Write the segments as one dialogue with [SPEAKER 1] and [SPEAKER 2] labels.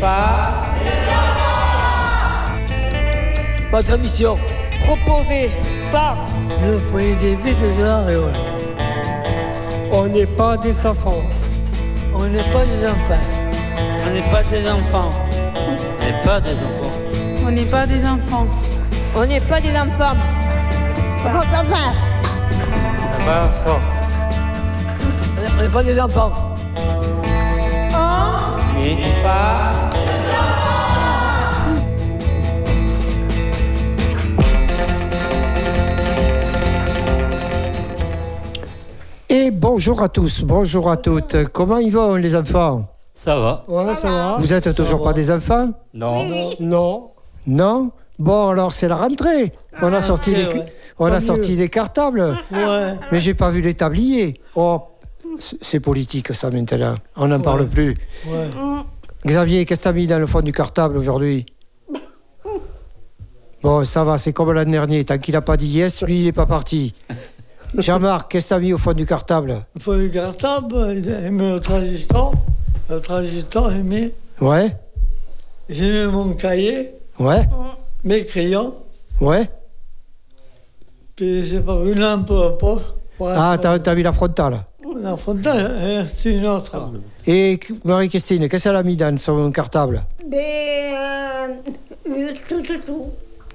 [SPEAKER 1] pas Votre émission
[SPEAKER 2] proposé par
[SPEAKER 3] Le foyer des vies de la Réole.
[SPEAKER 4] On n'est pas des enfants.
[SPEAKER 3] On n'est pas des enfants.
[SPEAKER 5] On n'est pas des enfants.
[SPEAKER 6] On n'est pas des enfants.
[SPEAKER 7] On n'est pas des enfants.
[SPEAKER 2] On n'est pas des enfants.
[SPEAKER 6] On n'est pas enfants.
[SPEAKER 3] On n'est pas des enfants.
[SPEAKER 6] On n'est pas.
[SPEAKER 8] Et bonjour à tous, bonjour à toutes. Comment ils vont les enfants
[SPEAKER 6] Ça va
[SPEAKER 4] Ouais, Ah, ça va.
[SPEAKER 8] Vous êtes toujours pas des enfants
[SPEAKER 6] Non.
[SPEAKER 4] Non.
[SPEAKER 8] Non Bon alors c'est la rentrée. On a sorti les,
[SPEAKER 4] Ah, ouais.
[SPEAKER 8] on
[SPEAKER 4] Tant
[SPEAKER 8] a
[SPEAKER 4] mieux.
[SPEAKER 8] sorti les cartables,
[SPEAKER 4] Ouais.
[SPEAKER 8] mais j'ai pas vu les tabliers. Oh, c- c'est politique ça maintenant. On n'en parle plus.
[SPEAKER 4] Ouais.
[SPEAKER 8] Xavier, qu'est-ce que t'as mis dans le fond du cartable aujourd'hui Bon, ça va, c'est comme l'an dernier. Tant qu'il n'a pas dit yes, lui, il n'est pas parti. Jean-Marc, qu'est-ce que t'as mis au fond du cartable
[SPEAKER 4] Il faut le cartable, j'ai mis le transistor. Le transistor, j'ai mis,
[SPEAKER 8] Ouais
[SPEAKER 4] j'ai mis mon cahier,
[SPEAKER 8] Ouais
[SPEAKER 4] mes crayons,
[SPEAKER 8] Ouais
[SPEAKER 4] puis j'ai pas une lampe pour. pour
[SPEAKER 8] Ah,
[SPEAKER 4] être-
[SPEAKER 8] t'as t'as mis la frontale.
[SPEAKER 4] La fontaine, euh, c'est une autre.
[SPEAKER 8] Ah, Et Q- Marie-Christine, qu'est-ce qu'elle a mis dans son cartable
[SPEAKER 9] Ben, euh, tout, tout, tout.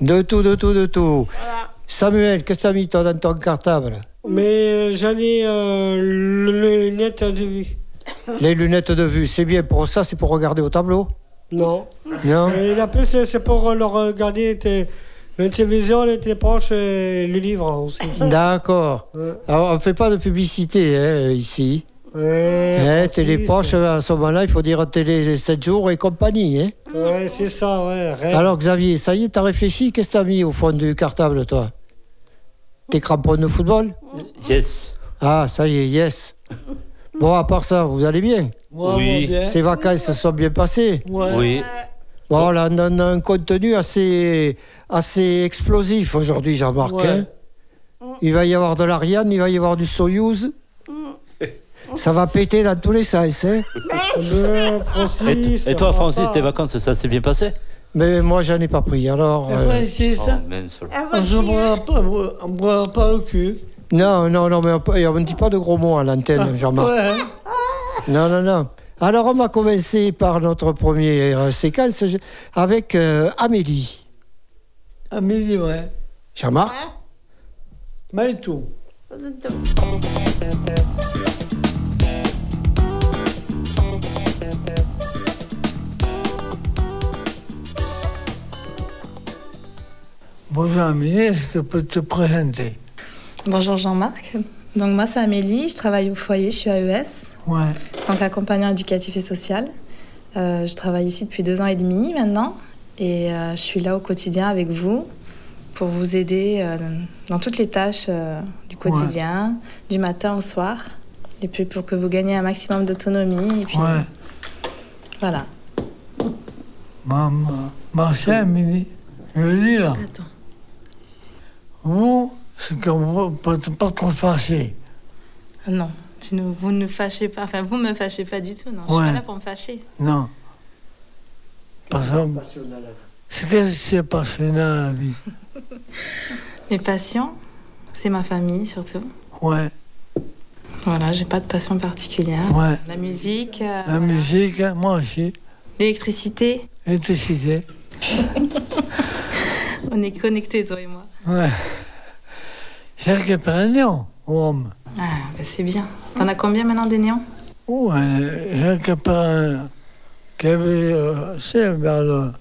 [SPEAKER 8] De tout, de tout, de tout. Samuel, qu'est-ce que t'as mis toi dans ton cartable
[SPEAKER 4] Mais euh, j'allais le net à vue.
[SPEAKER 8] Les lunettes de vue, c'est bien pour ça, c'est pour regarder au tableau
[SPEAKER 4] Non.
[SPEAKER 8] Non
[SPEAKER 4] Et la plus, euh, c'est c'est pour le regarder tes- la télévision, les tes proches et le livre aussi.
[SPEAKER 8] D'accord.
[SPEAKER 4] Ouais.
[SPEAKER 8] Alors, on ne fait pas de publicité hein, ici.
[SPEAKER 4] Ouais,
[SPEAKER 8] Eh, télé proche, à ce moment-là, il faut dire télé 7 jours et compagnie. hein.
[SPEAKER 4] Ouais, c'est ça, ouais. rêve.
[SPEAKER 8] Alors, Xavier, ça y est, t'as réfléchi Qu'est-ce que t'as mis au fond du cartable, toi Tes crampons de football
[SPEAKER 6] Yes.
[SPEAKER 8] Ah, ça y est, yes. Bon, à part ça, vous allez bien
[SPEAKER 4] Moi,
[SPEAKER 6] Oui.
[SPEAKER 4] moi, bien.
[SPEAKER 8] Ces vacances se sont bien passées
[SPEAKER 4] Ouais.
[SPEAKER 6] Oui.
[SPEAKER 8] Bon, là, on a un contenu assez, assez explosif aujourd'hui, Jean-Marc.
[SPEAKER 4] Ouais.
[SPEAKER 8] hein. il va y avoir de l'Ariane, il va y avoir du Soyouz. Ça va péter dans tous les sens. hein.
[SPEAKER 4] Le
[SPEAKER 6] Et, t-
[SPEAKER 4] Francis,
[SPEAKER 6] et toi,
[SPEAKER 4] ça va
[SPEAKER 6] Francis,
[SPEAKER 4] pas.
[SPEAKER 6] tes vacances, ça s'est bien passé
[SPEAKER 8] Mais moi, j'en ai pas pris. Alors,
[SPEAKER 4] Et
[SPEAKER 8] euh,
[SPEAKER 4] Francis,
[SPEAKER 6] Oh, mince.
[SPEAKER 4] on se boira pas, on boira pas le cul.
[SPEAKER 8] non, non, non, mais on peut- et on ne dit pas de gros mots à l'antenne, Jean-Marc.
[SPEAKER 4] Ah. Ouais.
[SPEAKER 8] Non, non, non. Alors, on va commencer par notre première séquence je- avec euh, Amélie.
[SPEAKER 4] À midi, ouais.
[SPEAKER 8] Jean-Marc
[SPEAKER 4] Mais tout. Bonjour Amélie, est-ce que je peux te présenter
[SPEAKER 7] Bonjour Jean-Marc. Donc moi c'est Amélie, je travaille au foyer, je suis E AES,
[SPEAKER 4] Ouais.
[SPEAKER 7] donc accompagnant éducatif et social. Euh, je travaille ici depuis deux ans et demi maintenant et euh, je suis là au quotidien avec vous pour vous aider euh, dans toutes les tâches euh, du quotidien, du matin au soir, et puis pour que vous gagnez un maximum d'autonomie. Et puis
[SPEAKER 4] Ouais.
[SPEAKER 7] voilà.
[SPEAKER 4] Maman, merci Amélie. Je le dis là.
[SPEAKER 7] Attends.
[SPEAKER 4] Vous, ce que vous ne pouvez pas trop passer.
[SPEAKER 7] Ah Non, tu ne, vous ne fâchez pas, enfin vous me fâchez pas du tout, non, je
[SPEAKER 4] Ouais.
[SPEAKER 7] suis pas là pour me fâcher.
[SPEAKER 4] Non. Par exemple, c'est qu'est-ce qui s'est passé dans la vie
[SPEAKER 7] Mes patients, c'est ma famille surtout.
[SPEAKER 4] Ouais,
[SPEAKER 7] Voilà, j'ai pas de passion particulière.
[SPEAKER 4] ouais.
[SPEAKER 7] La musique, euh,
[SPEAKER 4] La
[SPEAKER 7] voilà.
[SPEAKER 4] musique, moi aussi,
[SPEAKER 7] l'électricité,
[SPEAKER 4] l'électricité.
[SPEAKER 7] on est connectés, toi et moi.
[SPEAKER 4] Ouais. J'ai récupéré un néon, homme.
[SPEAKER 7] Ah, bah c'est bien. T'en as combien maintenant des néons
[SPEAKER 4] Ouais, j'ai récupéré un. qui avait, euh, C'est vers le.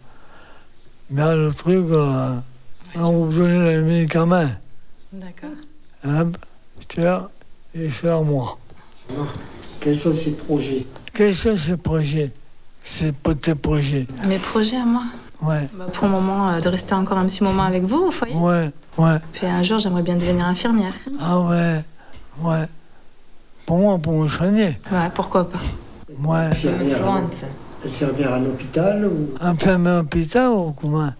[SPEAKER 4] vers le truc, euh, on vous donnait les médicaments.
[SPEAKER 7] D'accord.
[SPEAKER 4] Hop, tiens, et c'est à moi.
[SPEAKER 8] Ah, Quels sont ses projets
[SPEAKER 4] Quels sont ces projets Ces petits projets
[SPEAKER 7] Mes projets à moi
[SPEAKER 4] Ouais,
[SPEAKER 7] Bah, Pour le moment, euh, de rester encore un petit moment avec vous au foyer.
[SPEAKER 4] ouais, ouais.
[SPEAKER 7] Puis un jour, j'aimerais bien devenir infirmière.
[SPEAKER 4] Ah ouais, ouais. Pour moi, pour me soigner.
[SPEAKER 7] Ouais, pourquoi pas
[SPEAKER 4] Ouais.
[SPEAKER 8] Infirmière à l'hôpital ou...
[SPEAKER 4] Un fermier hôpital ou comment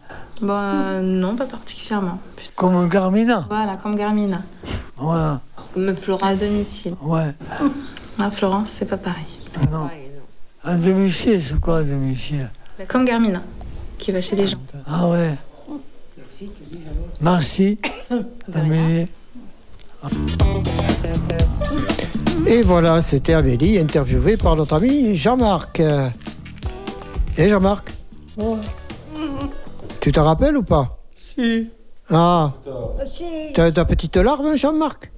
[SPEAKER 7] Bon, euh, non, pas particulièrement. Plus-
[SPEAKER 4] Comme un Carmina.
[SPEAKER 7] Voilà, comme Garmina.
[SPEAKER 4] Voilà,
[SPEAKER 7] Comme Florence. À domicile.
[SPEAKER 4] ouais.
[SPEAKER 7] À Florence, c'est pas pareil.
[SPEAKER 4] Non. Un domicile, c'est quoi un domicile
[SPEAKER 7] Comme Garmina, qui va chez les gens.
[SPEAKER 4] Ah ouais. Merci. Amélie.
[SPEAKER 8] Et voilà, c'était Amélie, interviewée par notre ami Jean-Marc. Euh, Et Jean-Marc Tu t'en rappelles ou pas
[SPEAKER 5] Si.
[SPEAKER 8] Ah,
[SPEAKER 9] Si,
[SPEAKER 8] t'as ta petite larme, Jean-Marc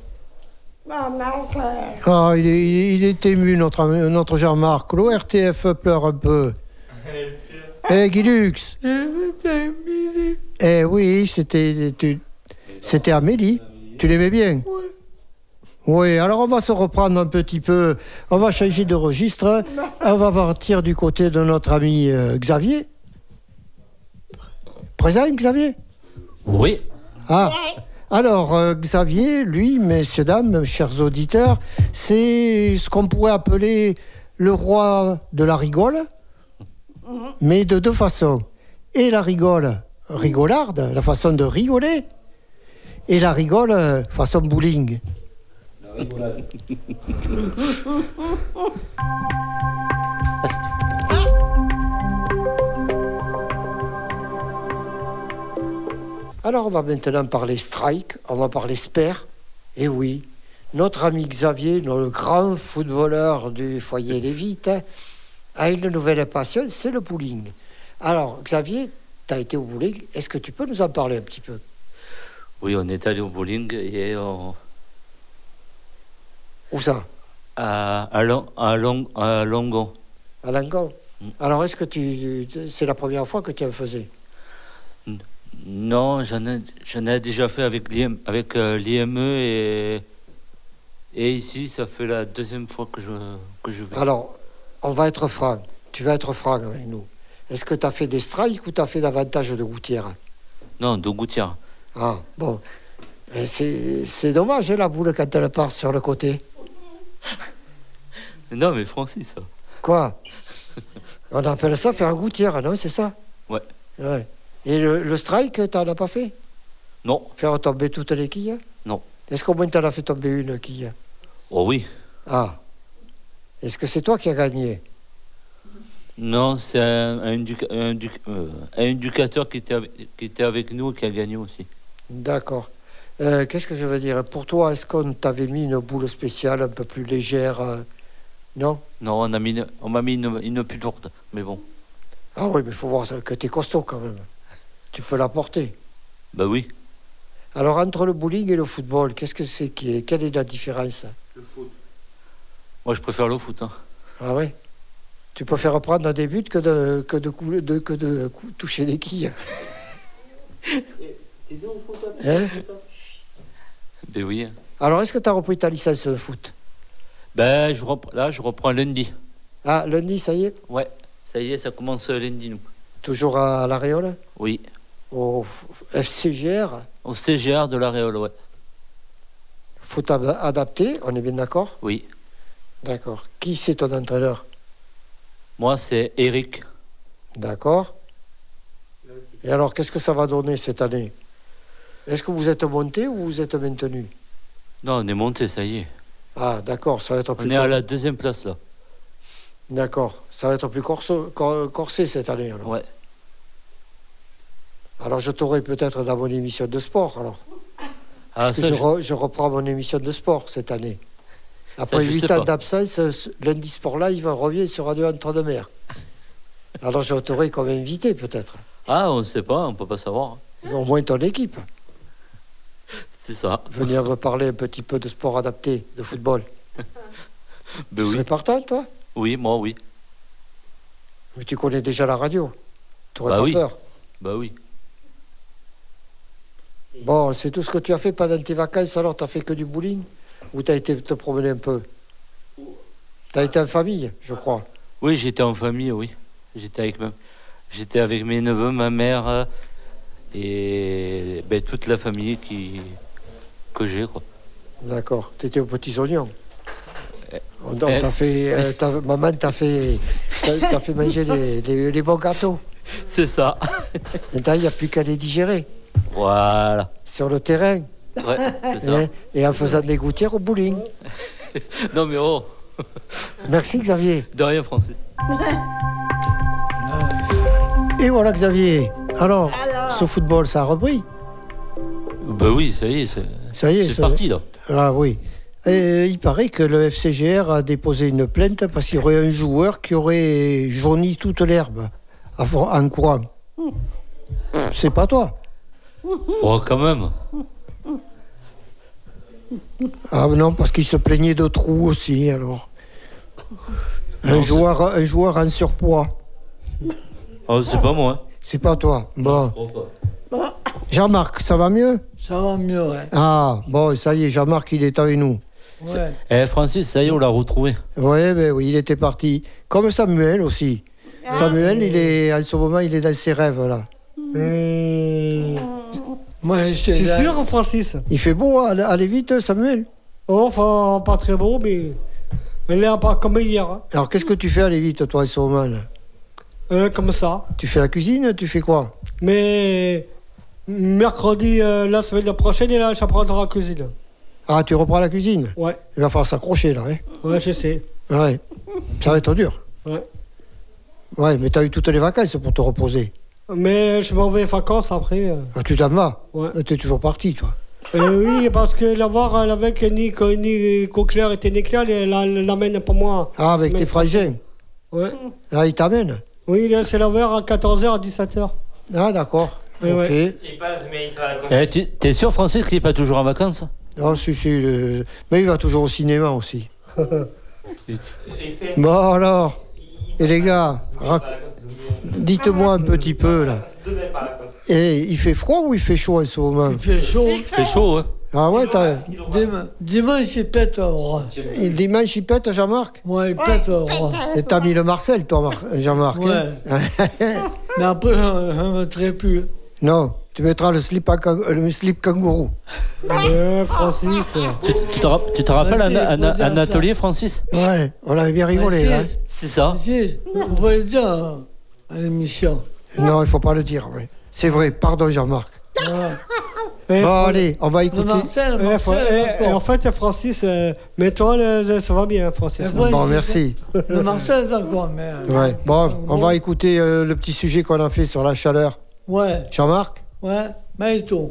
[SPEAKER 9] bon, Marc, euh,
[SPEAKER 8] Ah, il est, il est- il est ému, notre, ami- notre Jean-Marc. L'ORTF pleure un peu. Eh, Guilux Eh oui, c'était tu- c'était Amélie. Tu l'aimais bien Oui. Oui, alors on va se reprendre un petit peu. On va changer de registre. On va partir du côté de notre ami euh, Xavier. Présent, Xavier
[SPEAKER 6] Oui.
[SPEAKER 8] Ah alors, euh, Xavier, lui, messieurs, dames, chers auditeurs, c'est ce qu'on pourrait appeler le roi de la rigole, mais de deux façons. Et la rigole rigolarde, la façon de rigoler, et la rigole euh, façon bowling. Alors, on va maintenant parler strike, on va parler spare. Et oui, notre ami Xavier, le grand footballeur du foyer Lévite, hein, a une nouvelle passion, c'est le bowling. Alors, Xavier, tu as été au bowling, est-ce que tu peux nous en parler un petit peu
[SPEAKER 6] Oui, on est allé au bowling et on-
[SPEAKER 8] Où ça
[SPEAKER 6] à, à, Lon- à, Lon- à Longon.
[SPEAKER 8] À Langon
[SPEAKER 6] Mm.
[SPEAKER 8] Alors, est-ce que tu, c'est la première fois que tu en faisais
[SPEAKER 6] Non, j'en ai, j'en ai déjà fait avec l'IME, avec, euh, l'IME et, et ici, ça fait la deuxième fois que je, que je vais.
[SPEAKER 8] Alors, on va être franc. Tu vas être franc avec nous. Est-ce que tu as fait des strikes ou tu as fait davantage de gouttières
[SPEAKER 6] Non, de Gouttière.
[SPEAKER 8] Ah, bon. Euh, C'est c'est dommage, hein, la boule, quand elle part sur le côté.
[SPEAKER 6] Non, mais Francis. ça.
[SPEAKER 8] Quoi On appelle ça faire gouttière, non C'est ça
[SPEAKER 6] Ouais.
[SPEAKER 8] Ouais. Et le, le strike, t'en as pas fait
[SPEAKER 6] Non.
[SPEAKER 8] Faire tomber toutes les quilles
[SPEAKER 6] Non.
[SPEAKER 8] Est-ce qu'au moins t'en as fait tomber une quille
[SPEAKER 6] Oh oui.
[SPEAKER 8] Ah. Est-ce que c'est toi qui as gagné
[SPEAKER 6] Non, c'est un, un éduca- un éduc- euh, un éducateur qui était, avec, qui était avec nous qui a gagné aussi.
[SPEAKER 8] D'accord. Euh, Qu'est-ce que je veux dire Pour toi, est-ce qu'on t'avait mis une boule spéciale un peu plus légère euh, Non
[SPEAKER 6] Non, on a mis une- on m'a mis une, une plus lourde, mais bon.
[SPEAKER 8] Ah oui, mais il faut voir que t'es costaud quand même. Tu peux la porter.
[SPEAKER 6] Bah oui.
[SPEAKER 8] Alors, entre le bowling et le football, qu'est-ce que c'est qui est Quelle est la différence
[SPEAKER 6] Moi, je préfère le foot. hein.
[SPEAKER 8] Ah oui Tu préfères prendre des buts que de, que de, cou- de- que de cou- toucher des quilles. Hein
[SPEAKER 6] Mais oui. hein.
[SPEAKER 8] Alors, est-ce que tu as repris ta licence de foot
[SPEAKER 6] Ben, je repr- là, je reprends lundi.
[SPEAKER 8] Ah, lundi, ça y est
[SPEAKER 6] Ouais. Ça y est, ça commence lundi, nous.
[SPEAKER 8] Toujours à la Réole
[SPEAKER 6] Oui.
[SPEAKER 8] Au f- FCGR
[SPEAKER 6] Au CGR de la Réole, ouais.
[SPEAKER 8] Foot ad- adapté, on est bien d'accord
[SPEAKER 6] Oui.
[SPEAKER 8] D'accord. Qui c'est ton entraîneur
[SPEAKER 6] Moi, c'est Eric.
[SPEAKER 8] D'accord. Et alors, qu'est-ce que ça va donner cette année Est-ce que vous êtes monté ou vous êtes maintenu
[SPEAKER 6] Non, on est monté, ça y est.
[SPEAKER 8] Ah, d'accord, ça va être plus.
[SPEAKER 6] On est à la deuxième place, là.
[SPEAKER 8] D'accord, ça va être plus corso- cor- corsé cette année. Alors,
[SPEAKER 6] Ouais.
[SPEAKER 8] alors je t'aurai peut-être dans mon émission de sport. Alors,
[SPEAKER 6] Ah,
[SPEAKER 8] Parce que
[SPEAKER 6] ça,
[SPEAKER 8] je,
[SPEAKER 6] je-
[SPEAKER 8] re- je reprends mon émission de sport cette année. Après
[SPEAKER 6] je
[SPEAKER 8] huit
[SPEAKER 6] sais
[SPEAKER 8] ans
[SPEAKER 6] pas.
[SPEAKER 8] d'absence, ce- lundi sport live revient sur Radio Entre de Mer. Alors je t'aurai comme invité peut-être.
[SPEAKER 6] Ah, on sait pas, on peut pas savoir. hein.
[SPEAKER 8] Au moins ton équipe.
[SPEAKER 6] C'est ça.
[SPEAKER 8] Venir me parler un petit peu de sport adapté, de football.
[SPEAKER 6] Ben
[SPEAKER 8] tu
[SPEAKER 6] oui.
[SPEAKER 8] serais partant, toi
[SPEAKER 6] Oui, moi, oui.
[SPEAKER 8] Mais tu connais déjà la radio. Tu
[SPEAKER 6] Bah
[SPEAKER 8] pas
[SPEAKER 6] oui.
[SPEAKER 8] peur.
[SPEAKER 6] Bah oui.
[SPEAKER 8] Bon, c'est tout ce que tu as fait pendant tes vacances, alors tu fait que du bowling Ou tu as été te promener un peu Tu as été en famille, je crois.
[SPEAKER 6] Oui, j'étais en famille, oui. J'étais avec, ma- j'étais avec mes neveux, ma mère euh, et ben, toute la famille qui... que j'ai. Quoi.
[SPEAKER 8] D'accord. Tu étais aux petits oignons. On, on
[SPEAKER 6] eh.
[SPEAKER 8] t'a fait, euh, t'as- maman t'a fait, t'a- t'a fait manger les, les- les bons gâteaux.
[SPEAKER 6] C'est ça.
[SPEAKER 8] Maintenant, il n'y a plus qu'à les digérer
[SPEAKER 6] voilà.
[SPEAKER 8] sur le terrain
[SPEAKER 6] Ouais, c'est ça.
[SPEAKER 8] hein, et en faisant des gouttières au bowling.
[SPEAKER 6] Non, mais oh,
[SPEAKER 8] Merci Xavier.
[SPEAKER 6] de rien, Francis.
[SPEAKER 8] Et voilà Xavier. Alors,
[SPEAKER 9] Alors.
[SPEAKER 8] ce football, ça a repris
[SPEAKER 6] Bah oui, ça y est, c'est
[SPEAKER 8] Ça y est,
[SPEAKER 6] c'est
[SPEAKER 8] ça-
[SPEAKER 6] parti là.
[SPEAKER 8] Ah oui. Et euh, il paraît que le FCGR a déposé une plainte parce qu'il y aurait un joueur qui aurait jauni toute l'herbe à fo- en courant. C'est pas toi.
[SPEAKER 6] Oh, quand même.
[SPEAKER 8] Ah non, parce qu'il se plaignait de trous aussi, alors. un,
[SPEAKER 6] Non,
[SPEAKER 8] joueur, un joueur en surpoids.
[SPEAKER 6] Oh, c'est pas moi.
[SPEAKER 8] C'est pas toi. Bon.
[SPEAKER 6] Oh, pas.
[SPEAKER 8] Jean-Marc, ça va mieux
[SPEAKER 4] Ça va mieux, ouais.
[SPEAKER 8] Ah, bon, ça y est, Jean-Marc, il est avec nous.
[SPEAKER 4] Ouais.
[SPEAKER 6] Eh, Francis, ça y est, on l'a retrouvé.
[SPEAKER 8] Oui, ben oui, il était parti. Comme Samuel aussi. Samuel, il est, en ce moment, il est dans ses rêves, là.
[SPEAKER 4] Moi, je suis
[SPEAKER 10] Hmm. T'es
[SPEAKER 4] là.
[SPEAKER 10] sûr, Francis
[SPEAKER 8] Il fait beau, hein, allez, allez vite, Samuel.
[SPEAKER 10] Oh, Enfin, pas très beau, mais. Elle est un pas comme hier. hein.
[SPEAKER 8] Alors, qu'est-ce que tu fais, allez vite, toi, en ce moment là
[SPEAKER 10] Euh, comme ça.
[SPEAKER 8] Tu fais la cuisine, tu fais quoi
[SPEAKER 10] Mais. Mercredi, euh, la semaine prochaine, elle apprendre dans la cuisine.
[SPEAKER 8] Ah, tu reprends la cuisine
[SPEAKER 10] Ouais,
[SPEAKER 8] Il va falloir s'accrocher, là, hein
[SPEAKER 10] ouais, je sais.
[SPEAKER 8] Ouais. Ça va être dur.
[SPEAKER 10] Ouais.
[SPEAKER 8] Ouais, mais t'as eu toutes les vacances pour te reposer.
[SPEAKER 10] Mais je m'en vais en vacances après. euh,
[SPEAKER 8] Ah, tu t'en vas.
[SPEAKER 10] Ouais.
[SPEAKER 8] T'es toujours parti, toi.
[SPEAKER 10] Euh, oui, parce que l'avoir euh, avec Nick, Nick Coquelin et Ténéclair, elle la- l'amène pour moi.
[SPEAKER 8] Ah, avec
[SPEAKER 10] Mais-
[SPEAKER 8] tes frangins.
[SPEAKER 10] Ouais.
[SPEAKER 8] Ah, ils t'amènent.
[SPEAKER 10] Oui, là, c'est l'envers à 14h à 17h.
[SPEAKER 8] Ah, d'accord.
[SPEAKER 10] Oui,
[SPEAKER 8] ok.
[SPEAKER 10] ouais.
[SPEAKER 6] Eh, t'es t'es sûr, Francis, qu'il n'est pas toujours en vacances
[SPEAKER 8] Ah, si, si, le- Mais il va toujours au cinéma aussi. bon, alors. Et les gars, rac- dites-moi un petit peu, là. Et il fait froid ou il fait chaud en ce moment
[SPEAKER 4] Il fait chaud.
[SPEAKER 6] C'est chaud, hein
[SPEAKER 8] Ah ouais, t'as...
[SPEAKER 4] Dim- Dimanche, il pète au bras.
[SPEAKER 8] Et dimanche, il pète, Jean-Marc
[SPEAKER 4] Moi, il pète hein. au bras.
[SPEAKER 8] Et t'as mis le Marcel, toi, Mar- Jean-Marc hein
[SPEAKER 4] Mais après, je ne mettrai plus.
[SPEAKER 8] Non, tu mettras le slip, à kang- euh, le slip kangourou.
[SPEAKER 10] Euh, Francis. euh,
[SPEAKER 6] Tu, tu te, rap- tu te rappelles
[SPEAKER 4] Ah, Vas-y,
[SPEAKER 6] un, un-
[SPEAKER 4] pose-en
[SPEAKER 6] un
[SPEAKER 4] ça.
[SPEAKER 6] atelier, Francis
[SPEAKER 8] Ouais, on avait bien rigolé. hein. là.
[SPEAKER 4] Si,
[SPEAKER 6] C'est ça.
[SPEAKER 4] si, vous pouvez le dire hein, à l'émission.
[SPEAKER 8] Non, il faut pas le dire. ouais. C'est vrai, pardon Jean-Marc.
[SPEAKER 10] eh,
[SPEAKER 8] Bon,
[SPEAKER 10] Fran-
[SPEAKER 8] allez, on va
[SPEAKER 4] Non,
[SPEAKER 8] écouter.
[SPEAKER 4] Marcel,
[SPEAKER 10] eh, Fra-
[SPEAKER 4] Marcel,
[SPEAKER 10] eh, eh, en
[SPEAKER 4] encore.
[SPEAKER 10] fait, Francis, euh, mais toi, le- ça ça va bien, Francis.
[SPEAKER 4] Eh, ouais.
[SPEAKER 8] Bon,
[SPEAKER 4] c'est
[SPEAKER 8] merci.
[SPEAKER 4] Le Marcel, encore, mais. euh,
[SPEAKER 8] Ouais. Bon, on va écouter euh, le petit sujet qu'on a fait sur la chaleur.
[SPEAKER 4] Ouais,
[SPEAKER 8] Jean-Marc
[SPEAKER 4] ouais, mais et tout.